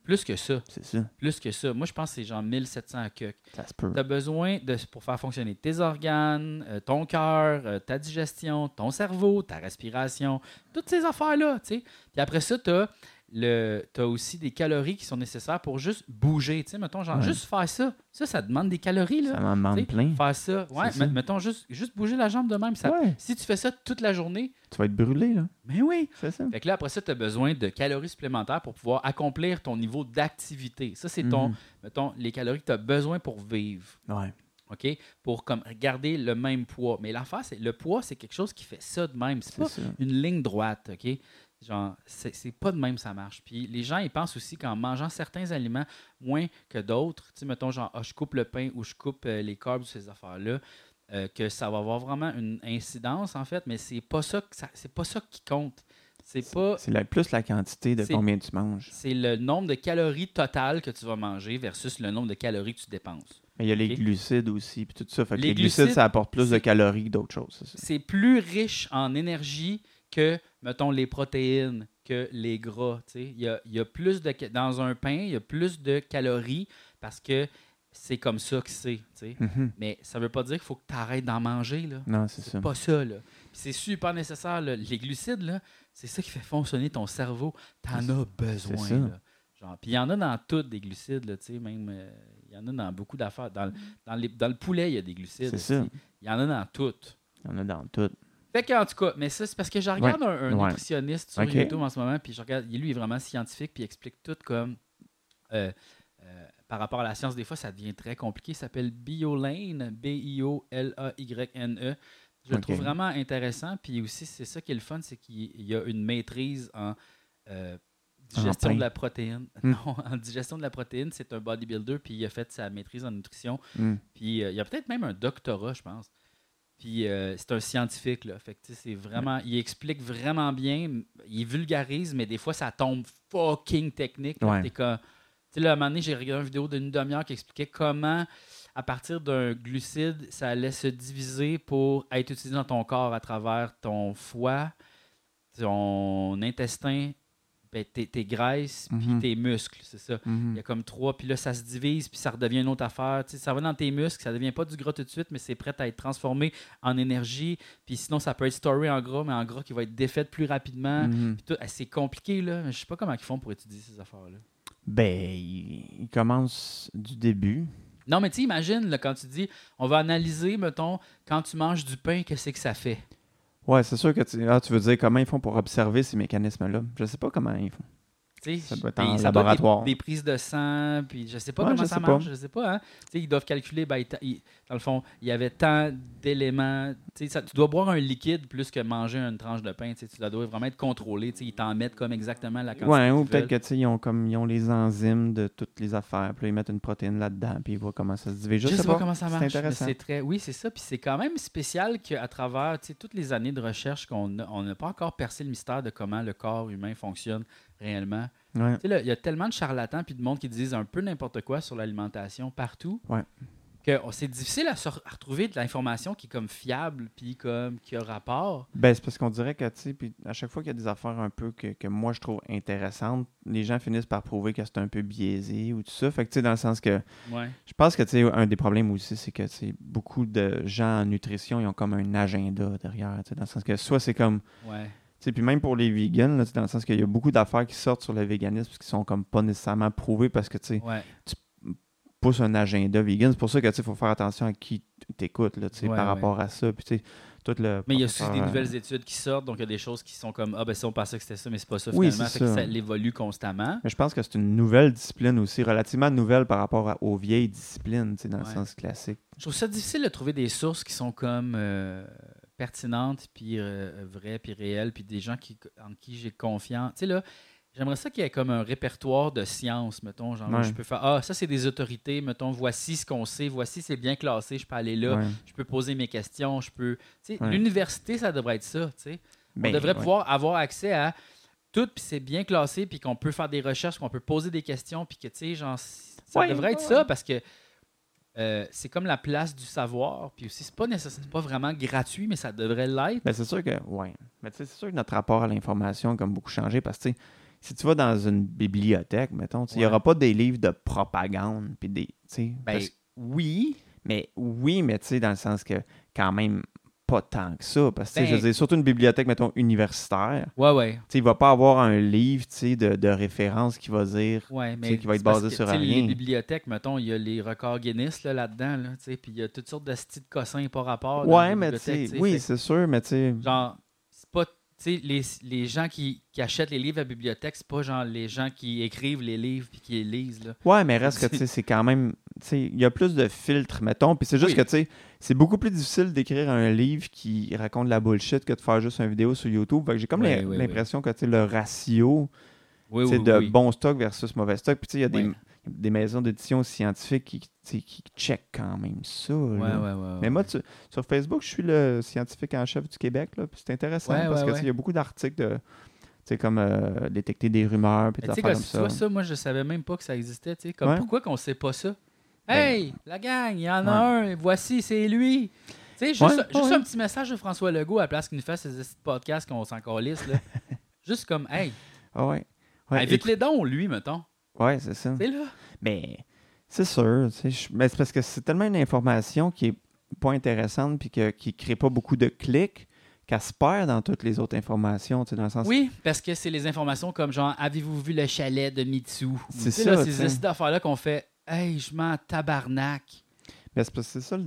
Plus que ça.
C'est ça.
Plus que ça. Moi, je pense que c'est genre 1700 à cuc.
Ça se peut.
Tu as besoin de, pour faire fonctionner tes organes, euh, ton cœur, euh, ta digestion, ton cerveau, ta respiration, toutes ces affaires-là. tu sais. Puis après ça, tu as, aussi des calories qui sont nécessaires pour juste bouger. tu sais. Mettons, genre,
Ouais.
juste faire ça. Ça, ça demande des calories. Là.
Ça m'en demande
T'sais,
plein.
Faire ça. Ouais,
C'est ça.
met- mettons juste, juste bouger la jambe de même. Ça,
Ouais.
Si tu fais ça toute la journée,
Tu vas être brûlé, là.
ben oui.
C'est ça.
Fait que là, après ça, tu as besoin de calories supplémentaires pour pouvoir accomplir ton niveau d'activité. Ça, c'est ton,
Mhm.
mettons, les calories que tu as besoin pour vivre.
Ouais.
OK? Pour comme garder le même poids. Mais l'affaire, c'est le poids, c'est quelque chose qui fait ça de même. C'est
C'est
pas
ça.
une ligne droite, OK? Genre, c'est c'est pas de même ça marche. Puis les gens, ils pensent aussi qu'en mangeant certains aliments moins que d'autres, tu sais, mettons genre, Ah, je coupe le pain ou je coupe euh, les carbs ou ces affaires-là, euh, que ça va avoir vraiment une incidence, en fait, mais c'est pas ça, que ça- c'est pas ça qui compte. C'est pas...
C'est la- plus la quantité de
C'est-
combien tu manges.
C'est le nombre de calories totales que tu vas manger versus le nombre de calories que tu dépenses.
Mais il y a les
Ok.
glucides aussi, puis tout ça. Fait que
Les
les, glucides,
glucides,
ça apporte plus de
c'est-
calories que d'autres choses. c'est ça.
c'est plus riche en énergie que, mettons, les protéines, que les gras. tu sais. Il y a, il y a plus de. ca- Dans un pain, il y a plus de calories parce que c'est comme ça que c'est. tu sais.
Mhm.
Mais ça veut pas dire qu'il faut que tu arrêtes d'en manger. là.
Non, c'est
C'est
ça.
pas ça. là. Puis C'est super nécessaire. là. Les glucides, là, c'est ça qui fait fonctionner ton cerveau. Tu en as besoin.
ça.
là. Genre, puis il y en a dans toutes des glucides. là, tu sais, même, euh, il y en a dans beaucoup d'affaires. Dans, le- dans les- dans le poulet, il y a des glucides.
Mm. C'est ça.
aussi. Il y en a dans toutes.
Il y en a dans tout.
Fait qu'en tout cas, mais ça, c'est parce que je regarde un, un
ouais.
nutritionniste sur
Ok.
YouTube en ce moment, puis je regarde, lui, il est vraiment scientifique, puis il explique tout comme. euh, euh, par rapport à la science, des fois, ça devient très compliqué. Il s'appelle BioLane, B-I-O-L-A-Y-N-E. E. Je le
Ok.
trouve vraiment intéressant. Puis aussi, c'est ça qui est le fun, c'est qu'il il y a une maîtrise en euh, digestion
pain.
de la protéine.
Hmm.
Non, en digestion de la protéine, c'est un bodybuilder, puis il a fait sa maîtrise en nutrition.
Hmm.
Puis euh, il y a peut-être même un doctorat, je pense. Puis euh, c'est un scientifique, là. Fait que, tu sais, c'est vraiment... Il explique vraiment bien, m- il vulgarise, mais des fois, ça tombe fucking technique. là.
Ouais.
T'es comme- Tu sais, là, à un moment donné, j'ai regardé une vidéo d'une demi-heure qui expliquait comment, à partir d'un glucide, ça allait se diviser pour être utilisé dans ton corps à travers ton foie, ton intestin, ben, tes, tes graisses, puis
Mhm.
tes muscles, c'est ça.
Mhm.
Il y a comme trois, puis là, ça se divise, puis ça redevient une autre affaire. Tu sais, ça va dans tes muscles, ça devient pas du gras tout de suite, mais c'est prêt à être transformé en énergie. Puis sinon, ça peut être storé en gras, mais en gras qui va être défait plus rapidement.
Mhm.
Puis tout- eh, c'est compliqué, là. Je sais pas comment ils font pour étudier ces affaires-là.
Ben, il il commence du début.
Non, mais tu sais, imagine, là, quand tu dis, on va analyser, mettons, quand tu manges du pain, qu'est-ce que ça fait?
Ouais, c'est sûr que tu... Ah, tu veux dire comment ils font pour observer ces mécanismes-là. Je sais pas comment ils font.
Tu sais,
Ça doit être
puis
en
ça doit être des-
laboratoire.
Des, prises de sang, puis je sais pas
Ouais,
comment
je
ça
sais
marche,
pas.
je sais pas. Hein? Tu sais, Ils doivent calculer, ben, il ta- il- dans le fond, il y avait tant d'éléments. Tu sais, ça- tu dois boire un liquide plus que manger une tranche de pain. Tu sais, tu dois vraiment être contrôlé. tu sais, Ils t'en mettent comme exactement la quantité.
Ouais, ou
qu'ils
peut-être
veulent.
que tu sais, ils ont comme ils ont les enzymes de toutes les affaires, puis là, ils mettent une protéine là-dedans, puis ils voient comment ça se divise.
Je,
Je,
sais, pas, comment ça
c'est
marche. mais
intéressant.
C'est très, oui, c'est ça. Puis c'est quand même spécial qu'à travers tu sais, toutes les années de recherche qu'on a- on n'a pas encore percé le mystère de comment le corps humain fonctionne réellement.
Ouais.
Tu sais, là, il y a tellement de charlatans puis de monde qui disent un peu n'importe quoi sur l'alimentation partout.
Ouais.
Que on- c'est difficile à, sor- à retrouver de l'information qui est comme fiable puis comme qui a rapport.
Ben, c'est parce qu'on dirait que, tu sais, puis à chaque fois qu'il y a des affaires un peu que, que moi je trouve intéressantes, les gens finissent par prouver que c'est un peu biaisé ou tout ça. Fait que, tu sais, dans le sens que
Ouais.
je pense que, tu sais, un des problèmes aussi, c'est que, tu sais, beaucoup de gens en nutrition, ils ont comme un agenda derrière, tu sais, dans le sens que soit c'est comme, tu
Ouais.
sais, puis même pour les vegans, là, tu sais, dans le sens qu'il y a beaucoup d'affaires qui sortent sur le véganisme qui sont comme pas nécessairement prouvées parce que, tu sais,
Ouais.
pousse un agenda vegan. C'est pour ça que tu sais, faut faire attention à qui t'écoute là, tu sais,
Ouais,
par
ouais.
rapport à ça. Puis, tu sais, tout le
Mais il y a aussi
professeur,
des
euh,
nouvelles études qui sortent, donc il y a des choses qui sont comme Ah, ben ça, on pensait que c'était ça, mais c'est pas ça
Oui,
finalement.
c'est
Fait que
ça.
ça l'évolue constamment.
Mais je pense que c'est une nouvelle discipline aussi, relativement nouvelle par rapport à- aux vieilles disciplines, tu sais, dans le
Ouais.
sens classique.
Je trouve ça difficile de trouver des sources qui sont comme euh, pertinentes, puis euh, vraies, puis réelles, puis des gens qui, en qui j'ai confiance. Tu sais, là, j'aimerais ça qu'il y ait comme un répertoire de sciences, mettons. Genre, où
Ouais.
je peux faire Ah, ça, c'est des autorités, mettons, voici ce qu'on sait, voici c'est bien classé, je peux aller là,
Ouais.
je peux poser mes questions, je peux. Tu sais,
Ouais.
l'université, ça devrait être ça, tu sais. On
Ben,
devrait
ouais.
pouvoir avoir accès à tout, puis c'est bien classé, puis qu'on peut faire des recherches, qu'on peut poser des questions, puis que, tu sais, genre, c- ça
Ouais,
devrait être
ouais,
ça, parce que euh, c'est comme la place du savoir, puis aussi, c'est pas nécessaire, c'est pas vraiment gratuit, mais ça devrait l'être.
Ben, c'est sûr que, ouais. Mais tu sais, c'est sûr que notre rapport à l'information a comme beaucoup changé parce que, tu sais, si tu vas dans une bibliothèque, mettons, tu sais, il n'y
Ouais.
aura pas des livres de propagande, puis des, tu sais,
Ben,
parce- oui, mais oui, mais tu sais, dans le sens que quand même pas tant que ça. Parce que, tu sais,
Ben-
je veux dire, surtout une bibliothèque, mettons, universitaire,
Ouais, ouais,
tu sais, il va pas avoir un livre, tu sais, de, de référence qui va dire...
ouais, mais.
sais, qui va être
c'est parce
basé
que,
sur
tu sais, Les
rien.
bibliothèques, mettons, il y a les records Guinness là, là-dedans, là, tu sais, puis il y a toutes sortes de styles cossins par rapport. dans les
ouais, mais tu
bibliothèques,
sais, oui,
fait
c'est sûr, mais tu sais...
genre c'est pas tu sais les, les gens qui, qui achètent les livres à la bibliothèque c'est pas genre les gens qui écrivent les livres puis qui les lisent là
Ouais, mais reste que, tu sais, c'est quand même... Tu sais, il y a plus de filtres, mettons, puis c'est juste
Oui.
que, tu sais, c'est beaucoup plus difficile d'écrire un livre qui raconte de la bullshit que de faire juste une vidéo sur YouTube. Fait que j'ai comme
Ouais,
l'im-
ouais,
l'impression que, tu sais, le ratio...
oui
C'est de bon stock versus mauvais stock. Puis tu sais, il y a des,
Ouais.
des maisons d'édition scientifiques qui, tu sais, qui checkent quand même ça.
ouais, ouais,
là.
ouais, ouais.
Mais moi, tu- sur Facebook, je suis le scientifique en chef du Québec. là, puis c'est intéressant
Ouais,
parce
ouais, ouais.
que tu sais, il y a beaucoup d'articles de. Tu sais, comme euh, détecter des rumeurs, puis
Mais
des
tu sais
affaires
comme
comme
si tu vois
ça.
ça moi je savais même pas que ça existait tu sais comme
Ouais.
pourquoi qu'on sait pas ça
Ben-
hey la gang il y en a un voici c'est lui tu sais juste,
Ouais,
juste
ouais.
un petit message de François Legault à la place qu'il nous fasse ces petits podcasts qu'on s'en calisse là juste comme hey,
Ah ouais. Ouais,
invite les dons lui mettons
écoute- ouais, c'est ça.
tu sais là
Mais c'est sûr. tu sais, je- Mais c'est parce que c'est tellement une information qui est pas intéressante, puis que- qui crée pas beaucoup de clics, qu'elle se perd dans toutes les autres informations, tu sais, dans le sens
Oui, parce que c'est les informations comme genre avez-vous vu le chalet de Mitsu
C'est
Tu sais,
ça,
là,
tu sais.
Ces histoires d'affaires là qu'on fait hey, je m'en tabarnak.
Mais c'est parce que c'est ça. le-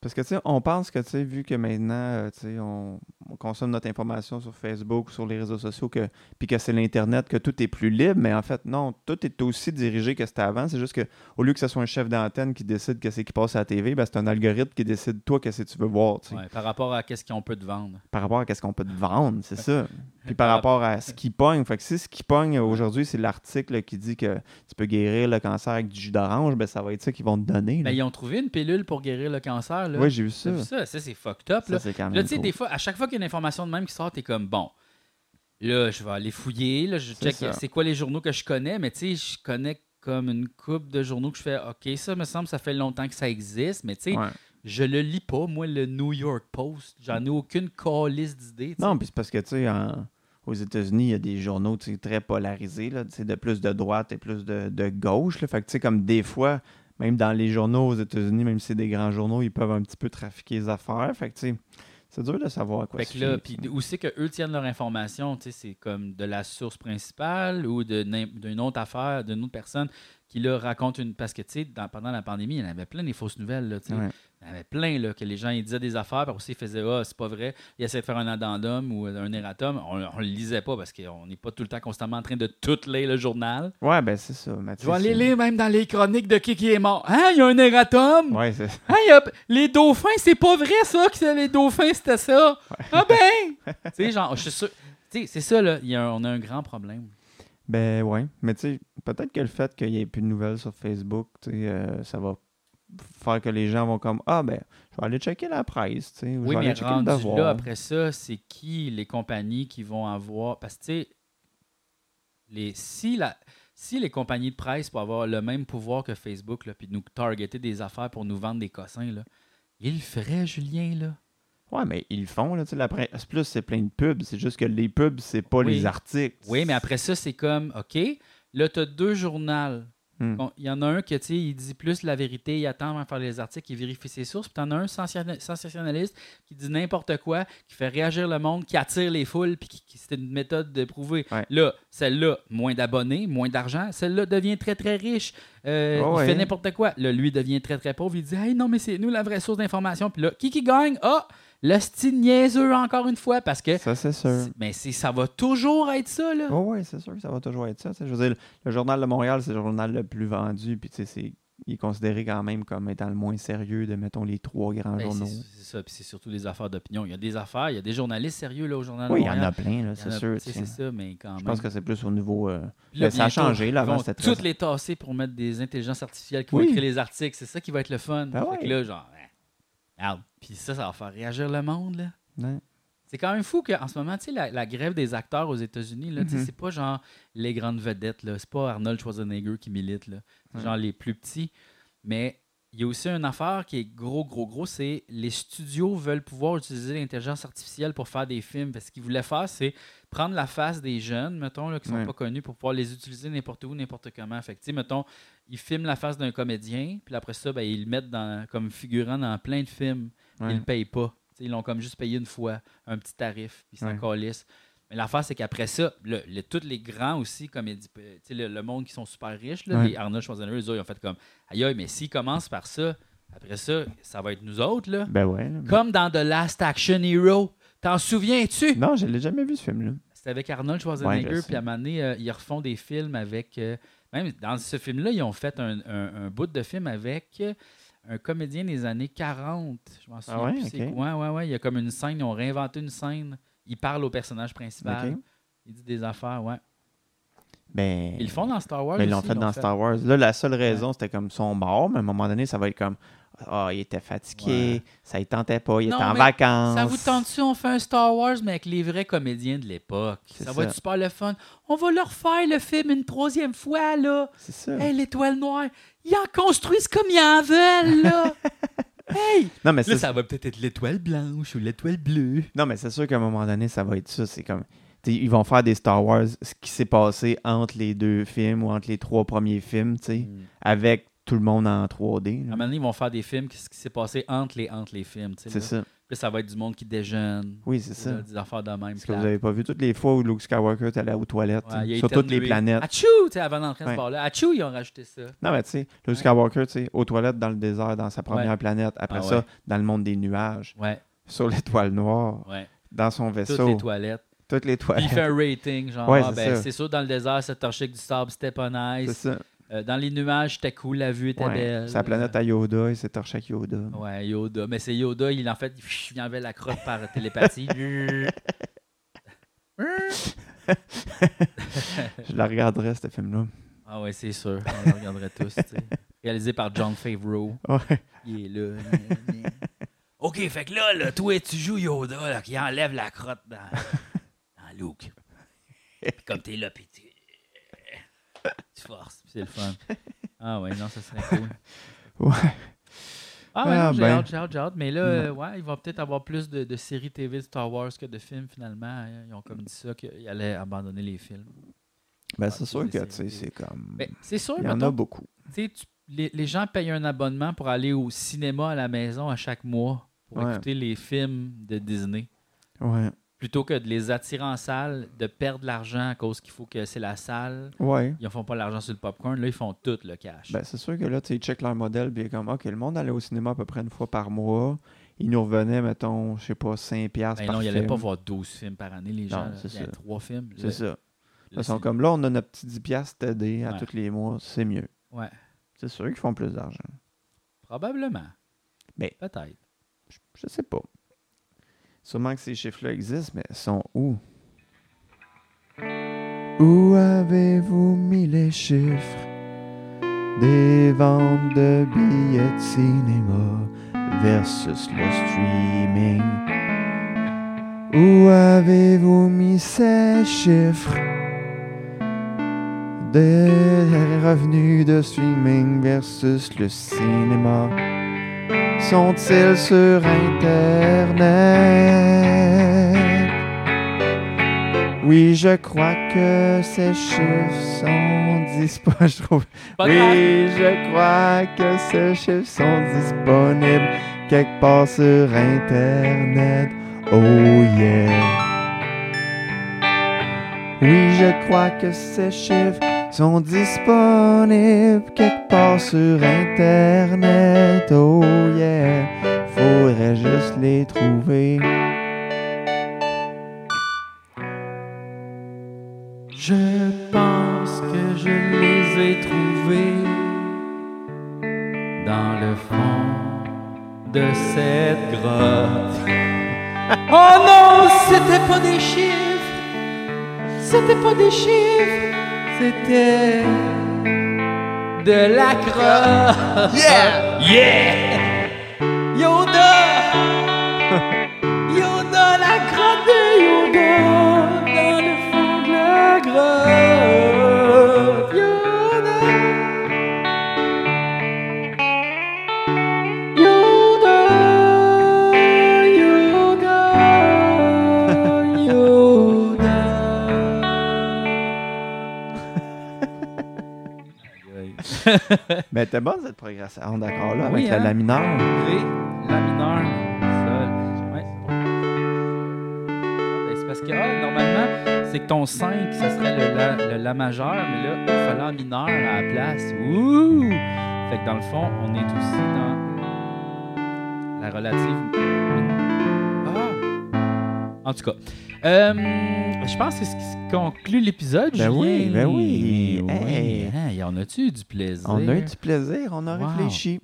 Parce que, tu sais, on pense que, tu sais, vu que maintenant, euh, tu sais, on, on consomme notre information sur Facebook ou sur les réseaux sociaux, que, puis que c'est l'Internet, que tout est plus libre, mais en fait, non, tout est aussi dirigé que c'était avant. C'est juste que, au lieu que ce soit un chef d'antenne qui décide que c'est qui passe à la TV, ben, c'est un algorithme qui décide, toi, qu'est-ce que tu veux voir, tu sais,
Ouais, par rapport à qu'est-ce qu'on peut te vendre.
par rapport à qu'est-ce qu'on peut te vendre, c'est ça. Puis par rapport à ce qui pogne, fait que si ce qui pogne aujourd'hui, c'est l'article qui dit que tu peux guérir le cancer avec du jus d'orange, ben, ça va être ça qu'ils vont te donner. là.
Ben, ils ont trouvé une pilule pour guérir le cancer. Là.
oui, j'ai vu
T'as
ça.
vu ça? Ça, c'est fucked up.
Ça,
là.
c'est quand même
Là, tu sais,
gros.
des fois, à chaque fois qu'il y a une information de même qui sort, t'es comme bon. Là, je vais aller fouiller, là, je
C'est
check
ça.
c'est quoi les journaux que je connais, mais tu sais, je connais comme une coupe de journaux que je fais OK, ça me semble, ça fait longtemps que ça existe, mais tu sais,
Ouais.
je le lis pas, moi, le New York Post. J'en ai aucune calice d'idées. tu sais.
Non, puis c'est parce que, tu sais, en- aux États-Unis, il y a des journaux tu sais, très polarisés, là, tu sais, de plus de droite et plus de, de gauche. Là. Fait que, tu sais, comme des fois, même dans les journaux aux États-Unis, même si c'est des grands journaux, ils peuvent un petit peu trafiquer les affaires. Fait que, tu sais, c'est dur de savoir à quoi
Fait
se
que là,
fier,
puis
tu sais.
où c'est qu'eux tiennent leur information, tu sais, c'est comme de la source principale ou de n'im- d'une autre affaire, d'une autre personne qui leur raconte une. Parce que, tu sais, dans- pendant la pandémie, il y en avait plein des fausses nouvelles, là, tu sais.
Ouais.
Il y en avait plein, là, que les gens, ils disaient des affaires, puis aussi, ils faisaient, ah, c'est pas vrai. Ils essayaient de faire un addendum ou un erratum. On, on le lisait pas parce qu'on n'est pas tout le temps constamment en train de tout lire le journal.
Ouais, ben c'est ça. mais tu
Je
sais,
vais aller
c'est-
lire même dans les chroniques de qui qui est mort. Hein, il y a un erratum!
Ouais, c'est
Hein, y a- les dauphins, c'est pas vrai ça que c'est- les dauphins, c'était ça. Ah ben! tu sais, genre, je suis sûr. Tu sais, c'est ça, là. il y a un- on a un grand problème.
Ben ouais, mais tu sais, peut-être que le fait qu'il n'y ait plus de nouvelles sur Facebook, tu sais, euh, ça va faire que les gens vont comme Ah ben, je vais aller checker la presse, tu sais, ou
Oui,
je vais
mais
aller checker le
rendu
devoir.
là, après ça, c'est qui les compagnies qui vont avoir. Parce que, tu sais, les, si, la, si les compagnies de presse peuvent avoir le même pouvoir que Facebook, là, puis de nous targeter des affaires pour nous vendre des cossins, là, ils le feraient, Julien, là.
Ouais, mais ils le font, là, tu sais, la presse plus, c'est plein de pubs. C'est juste que les pubs, c'est pas
Oui.
les articles.
Oui, mais après ça, c'est comme, OK, là, tu as deux journaux.
Hmm.
Bon, Il y en a un qui, tu sais, il dit plus la vérité, il attend avant de faire les articles, il vérifie ses sources. Puis t'en as un sensationna- sensationnaliste qui dit n'importe quoi, qui fait réagir le monde, qui attire les foules, puis qui, qui- c'est une méthode de prouver.
Ouais.
Là, celle-là, moins d'abonnés, moins d'argent. Celle-là devient très, très riche. Euh,
Ah ouais.
Il fait n'importe quoi. Là, lui devient très, très pauvre. Il dit, hey, non, mais c'est nous la vraie source d'information. Puis là, qui qui gagne? Ah, le style niaiseux encore une fois, parce que
Ça, c'est sûr.
c'est- ben, c'est- ça va toujours être ça, là.
Oui, ouais, c'est sûr que ça va toujours être ça. tu sais. Je veux dire, le Journal de Montréal, c'est le journal le plus vendu, puis tu sais, c'est- il est considéré quand même comme étant le moins sérieux de, mettons, les trois grands
Ben,
journaux.
c'est c'est ça, puis c'est surtout des affaires d'opinion. Il y a des affaires, il y a des journalistes sérieux là, au journal. de
Oui, il y en
Montréal.
a plein, là,
Il y en
c'est
a-
sûr.
tu sais,
tu sais.
C'est ça, mais quand même.
Je pense que c'est plus au niveau. euh,
Puis là,
ben, ça a
bientôt,
changé, là,
ils
avant,
vont
c'était
toutes
très-
les tasser pour mettre des intelligences artificielles qui vont
Oui.
écrire les articles. C'est ça qui va être le fun.
Ben
Fait que
ouais.
là, genre, hein, merde. Puis ça, ça va faire réagir le monde, là.
ouais.
C'est quand même fou qu'en ce moment, tu sais, la, la grève des acteurs aux États-Unis, là, tu sais,
Mhm.
c'est pas genre les grandes vedettes, là. C'est pas Arnold Schwarzenegger qui milite, là. C'est
Ouais.
genre les plus petits. Mais il y a aussi une affaire qui est gros, gros, gros, c'est les studios veulent pouvoir utiliser l'intelligence artificielle pour faire des films. Parce qu'ils voulaient faire, c'est prendre la face des jeunes, mettons, là, qui sont
Ouais.
pas connus, pour pouvoir les utiliser n'importe où, n'importe comment. Fait que, tu sais, mettons, ils filment la face d'un comédien, puis après ça, ben, ils le mettent dans, comme figurant dans plein de films.
Ouais.
Ils le payent pas. Tu sais, ils l'ont comme juste payé une fois, un petit tarif, puis ils s'en
Ouais.
calissent. Mais l'affaire, c'est qu'après ça, le, le- tous les grands aussi, comme il dit, euh, tu sais, le, le monde qui sont super riches, là,
Ouais.
les Arnold Schwarzenegger, les autres, ils ont fait comme Aïe, aïe, mais s'ils commencent par ça, après ça, ça va être nous autres. là.
Ben ouais. là.
Comme dans The Last Action Hero. T'en souviens-tu?
Non, je l'ai jamais vu, ce film-là.
C'était avec Arnold
Ouais,
Schwarzenegger,
je sais.
puis à un moment donné, euh, ils refont des films avec. euh, même dans ce film-là, ils ont fait un, un- un bout de film avec euh, un comédien des années 40. Je m'en souviens
Ah ouais,
plus. c'est
ok.
quoi. Ouais, ouais, ouais. Il y a comme une scène, ils ont réinventé une scène. Il parle au personnage principal.
Ok.
Il dit des affaires, ouais.
Ben.
Ils le font dans Star Wars.
Mais ils l'ont
aussi,
fait
ils
dans
l'ont
Star Wars. Là, la seule raison, c'était comme son mort, mais à un moment donné, ça va être comme Ah, il était fatigué,
Ouais.
ça ne tentait pas, il
Non,
était en
mais
vacances.
Ça vous tente-tu, on fait un Star Wars, mais avec les vrais comédiens de l'époque. Ça,
C'est
va
ça.
être super le fun. On va leur faire le film une troisième fois, là.
C'est ça.
Hey, l'étoile noire, ils en construisent comme ils en veulent, là. hey!
non, mais c'est
va peut-être être l'étoile blanche ou l'étoile bleue.
non, mais c'est sûr qu'à un moment donné, ça va être ça. C'est comme. t'sais, Ils vont faire des Star Wars, ce qui s'est passé entre les deux films ou entre les trois premiers films, tu sais,
Mm.
avec tout le monde en 3D.
À
là.
Ah, un moment donné, ils vont faire des films, qu'est-ce qui s'est passé entre les, entre les films. tu sais,
C'est
là.
ça.
Puis ça va être du monde qui déjeune.
Oui, c'est ça.
Des affaires de même.
Parce que vous
plate.
n'avez pas vu toutes les fois où Luke Skywalker est allé aux toilettes,
Ouais, il a
sur
été
toutes les
annulé.
planètes.
Achou! Tu sais, avant d'entrer
Ouais.
ce bar-là. Achou, ils ont rajouté ça.
Non, mais tu sais, Luke Skywalker, tu sais, aux toilettes dans le désert, dans sa première
Ouais.
planète. Après
Ah
ça,
ouais.
dans le monde des nuages,
Ouais,
sur l'étoile noire,
ouais.
dans son
Toutes
vaisseau,
les toilettes.
toutes les
Puis il fait
toilettes.
un rating, genre,
Ouais,
ah,
c'est
ben,
ça.
c'est sûr, dans le désert, cette torchée avec du sable, c'était pas
C'est
nice.
ça.
Euh, dans les nuages, c'était cool, la vue était
Ouais.
belle.
Sa planète à Yoda, il s'est torché avec Yoda.
Euh, Ouais, Yoda. Mais c'est Yoda, il en fait, il enlevait la crotte par télépathie.
Je la regarderais, ce film-là.
ah ouais, c'est sûr. On le regarderait tous, tu sais. Réalisé par John Favreau.
Ouais.
Il est là. OK, fait que là, là, toi, tu joues Yoda là, qui enlève la crotte dans, dans Luke. Puis comme t'es là, puis tu, tu forces, puis c'est le fun. Ah ouais, non, ça serait cool.
Ouais.
Ah ouais,
Ah,
non, j'ai
ben.
hâte, j'ai hâte, j'ai hâte. Mais là, euh, ouais, ils vont peut-être avoir plus de, de séries TV de Star Wars que de films, finalement. Ils ont comme dit ça qu'ils allaient abandonner les films.
Ben,
Ah,
c'est
c'est
sûr que,
des
tu sais,
séries.
c'est comme.
Mais c'est sûr,
il y en
mettons,
a beaucoup.
tu sais, tu- les, les gens payent un abonnement pour aller au cinéma à la maison à chaque mois pour
Ouais.
écouter les films de Disney.
Ouais.
Plutôt que de les attirer en salle, de perdre l'argent à cause qu'il faut que c'est la salle.
Ouais.
Ils ne font pas l'argent sur le popcorn. Là, ils font tout le cash.
Ben, c'est sûr que là, tu sais, ils checkent leur modèle, puis il est comme, OK, le monde allait au cinéma à peu près une fois par mois. Ils nous revenaient, mettons, je sais pas, 5$
Ben
par
non, ils
film.
n'allaient pas voir 12 films par année, les gens.
Non,
là.
c'est
Il y a
ça.
trois films.
C'est
Là,
ça.
là,
Ils sont
c'est-
comme là, on a notre petit 10$ TD à
Ouais.
tous les mois, c'est mieux.
Ouais,
C'est sûr qu'ils font plus d'argent.
probablement.
Ben.
Peut-être.
Je, je sais pas. Sûrement que ces chiffres-là existent, mais sont où? Où avez-vous mis les chiffres des ventes de billets de cinéma versus le streaming? Où avez-vous mis ces chiffres des revenus de streaming versus le cinéma? sont-ils sur Internet? Oui, je crois que ces chiffres sont disponibles. Je trouve-
Pas
oui,
grave.
je crois que ces chiffres sont disponibles quelque part sur Internet. Oh yeah. Oui, je crois que ces chiffres sont disponibles quelque part sur Internet. Oh yeah, faudrait juste les trouver.
Je pense que je les ai trouvés dans le fond de cette grotte. Oh non, c'était pas des chiffres, c'était pas des chiffres, c'était de la crotte. Yeah, yeah, Yoda, Yoda, la grotte de Yoda dans le fond de la grotte. Yoda, Yoda, Yoda, Yoda.
Mais t'es bonne cette progression, d'accord, là,
Oui,
avec la
hein?
laminar.
Ré, la mineure, sol. Ouais. Ah, Ben, c'est parce que ah, normalement, c'est que ton 5, ça serait le la, le la majeur, mais là, il fallait en mineur à la place. Ouh! Fait que dans le fond, on est aussi dans la relative. Ah! En tout cas, euh, je pense que c'est ce qui conclut l'épisode, Julien.
Ben oui, ben oui.
Oui,
Hey.
hein, y en a-tu eu du plaisir?
On a eu du plaisir, on a
Wow.
réfléchi.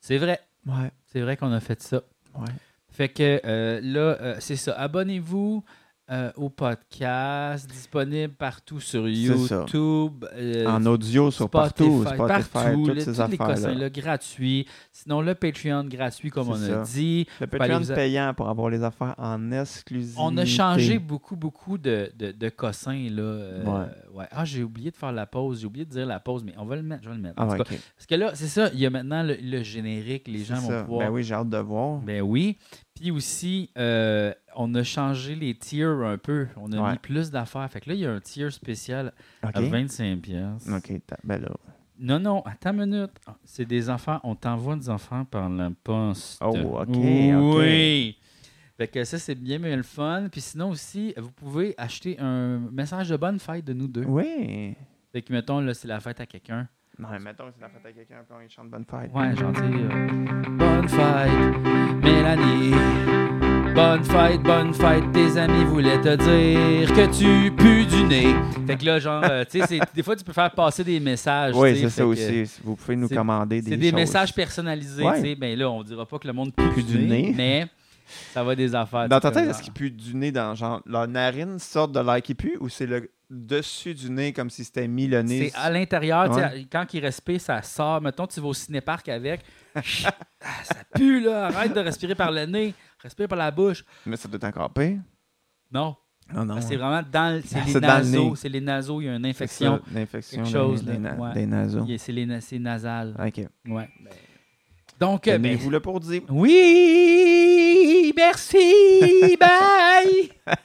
C'est vrai.
Ouais,
C'est vrai qu'on a fait ça.
ouais.
Fait que euh, là, euh, c'est ça. Abonnez-vous euh, au podcast disponible partout sur
ça.
YouTube. euh,
En audio sur partout,
Spotify,
Spotify,
partout,
toutes
là,
ces
toutes les cossins,
affaires-là.
là, gratuit. Sinon, le Patreon gratuit, comme
C'est
on
ça.
a dit.
Le
aller
Patreon
vous a-
payant pour avoir les affaires en exclusivité.
On a changé beaucoup, beaucoup de, de, de cossins. Là, euh,
Ouais.
ouais. Ah, j'ai oublié de faire la pause. J'ai oublié de dire la pause, mais on va le mettre. Je vais le mettre. En
Ah
tout
ouais,
cas,
ok.
Parce que là, c'est ça. Il y a maintenant le, le générique. Les gens
C'est
vont
ça.
pouvoir
Ben oui, j'ai hâte de voir.
Ben oui. Puis aussi, euh, on a changé les tiers un peu. On a
Ouais.
mis plus d'affaires. Fait que là, il y a un tier spécial
OK.
à 25 pièces.
OK, ta- ben là.
Non, non, attends une minute. Ah, C'est des enfants. On t'envoie des enfants par la poste.
Oh, ok,
Oui.
ok.
Fait que ça, c'est bien, mais le fun. Puis sinon aussi, vous pouvez acheter un message de bonne fête de nous deux.
Oui.
Fait que, mettons, là, c'est la fête à quelqu'un.
Non, mais mettons que c'est la fête à quelqu'un, puis on lui chante bonne fête.
Ouais, gentil. euh, Bonne fête, Mélanie. Bonne fête, bonne fête, tes amis voulaient te dire que tu pues du nez. Fait que là, genre, euh, tu sais, c'est- des fois, tu peux faire passer des messages. tu
Oui,
sais,
c'est
fait
ça
que,
aussi. Vous pouvez nous
c'est-
commander des
C'est des
choses.
messages personnalisés,
Ouais.
tu sais. Ben là, on dira pas que le monde pue,
Pue
du
du
nez,
nez.
mais ça va des affaires.
Dans
tu
ta
sais,
tête,
comme,
est-ce qu'il pue du nez dans genre la narine sorte de l'air qui pue ou c'est le dessus du nez comme si c'était mis le nez?
C'est à l'intérieur, tu sais,
Ouais.
quand il respire, ça sort. Mettons, tu vas au cinéparc avec. Ah, ça pue, là. Arrête de respirer par le nez. Respire par la bouche.
Mais ça doit être encore pire.
Non.
Non, non.
Parce que Ah, C'est vraiment dans, le- c'est
Ah,
les
c'est dans le
naseaux.
nez.
C'est les naseaux. Il y a une
C'est ça,
infection.
L'infection
quelque
des-
chose,
des,
là,
na-
ouais.
des naseaux.
Il y a- C'est les na- c'est nasal.
OK.
Ouais.
Ben,
Donc, euh, ben,
Tenez-vous le pour dire.
oui, merci, bye.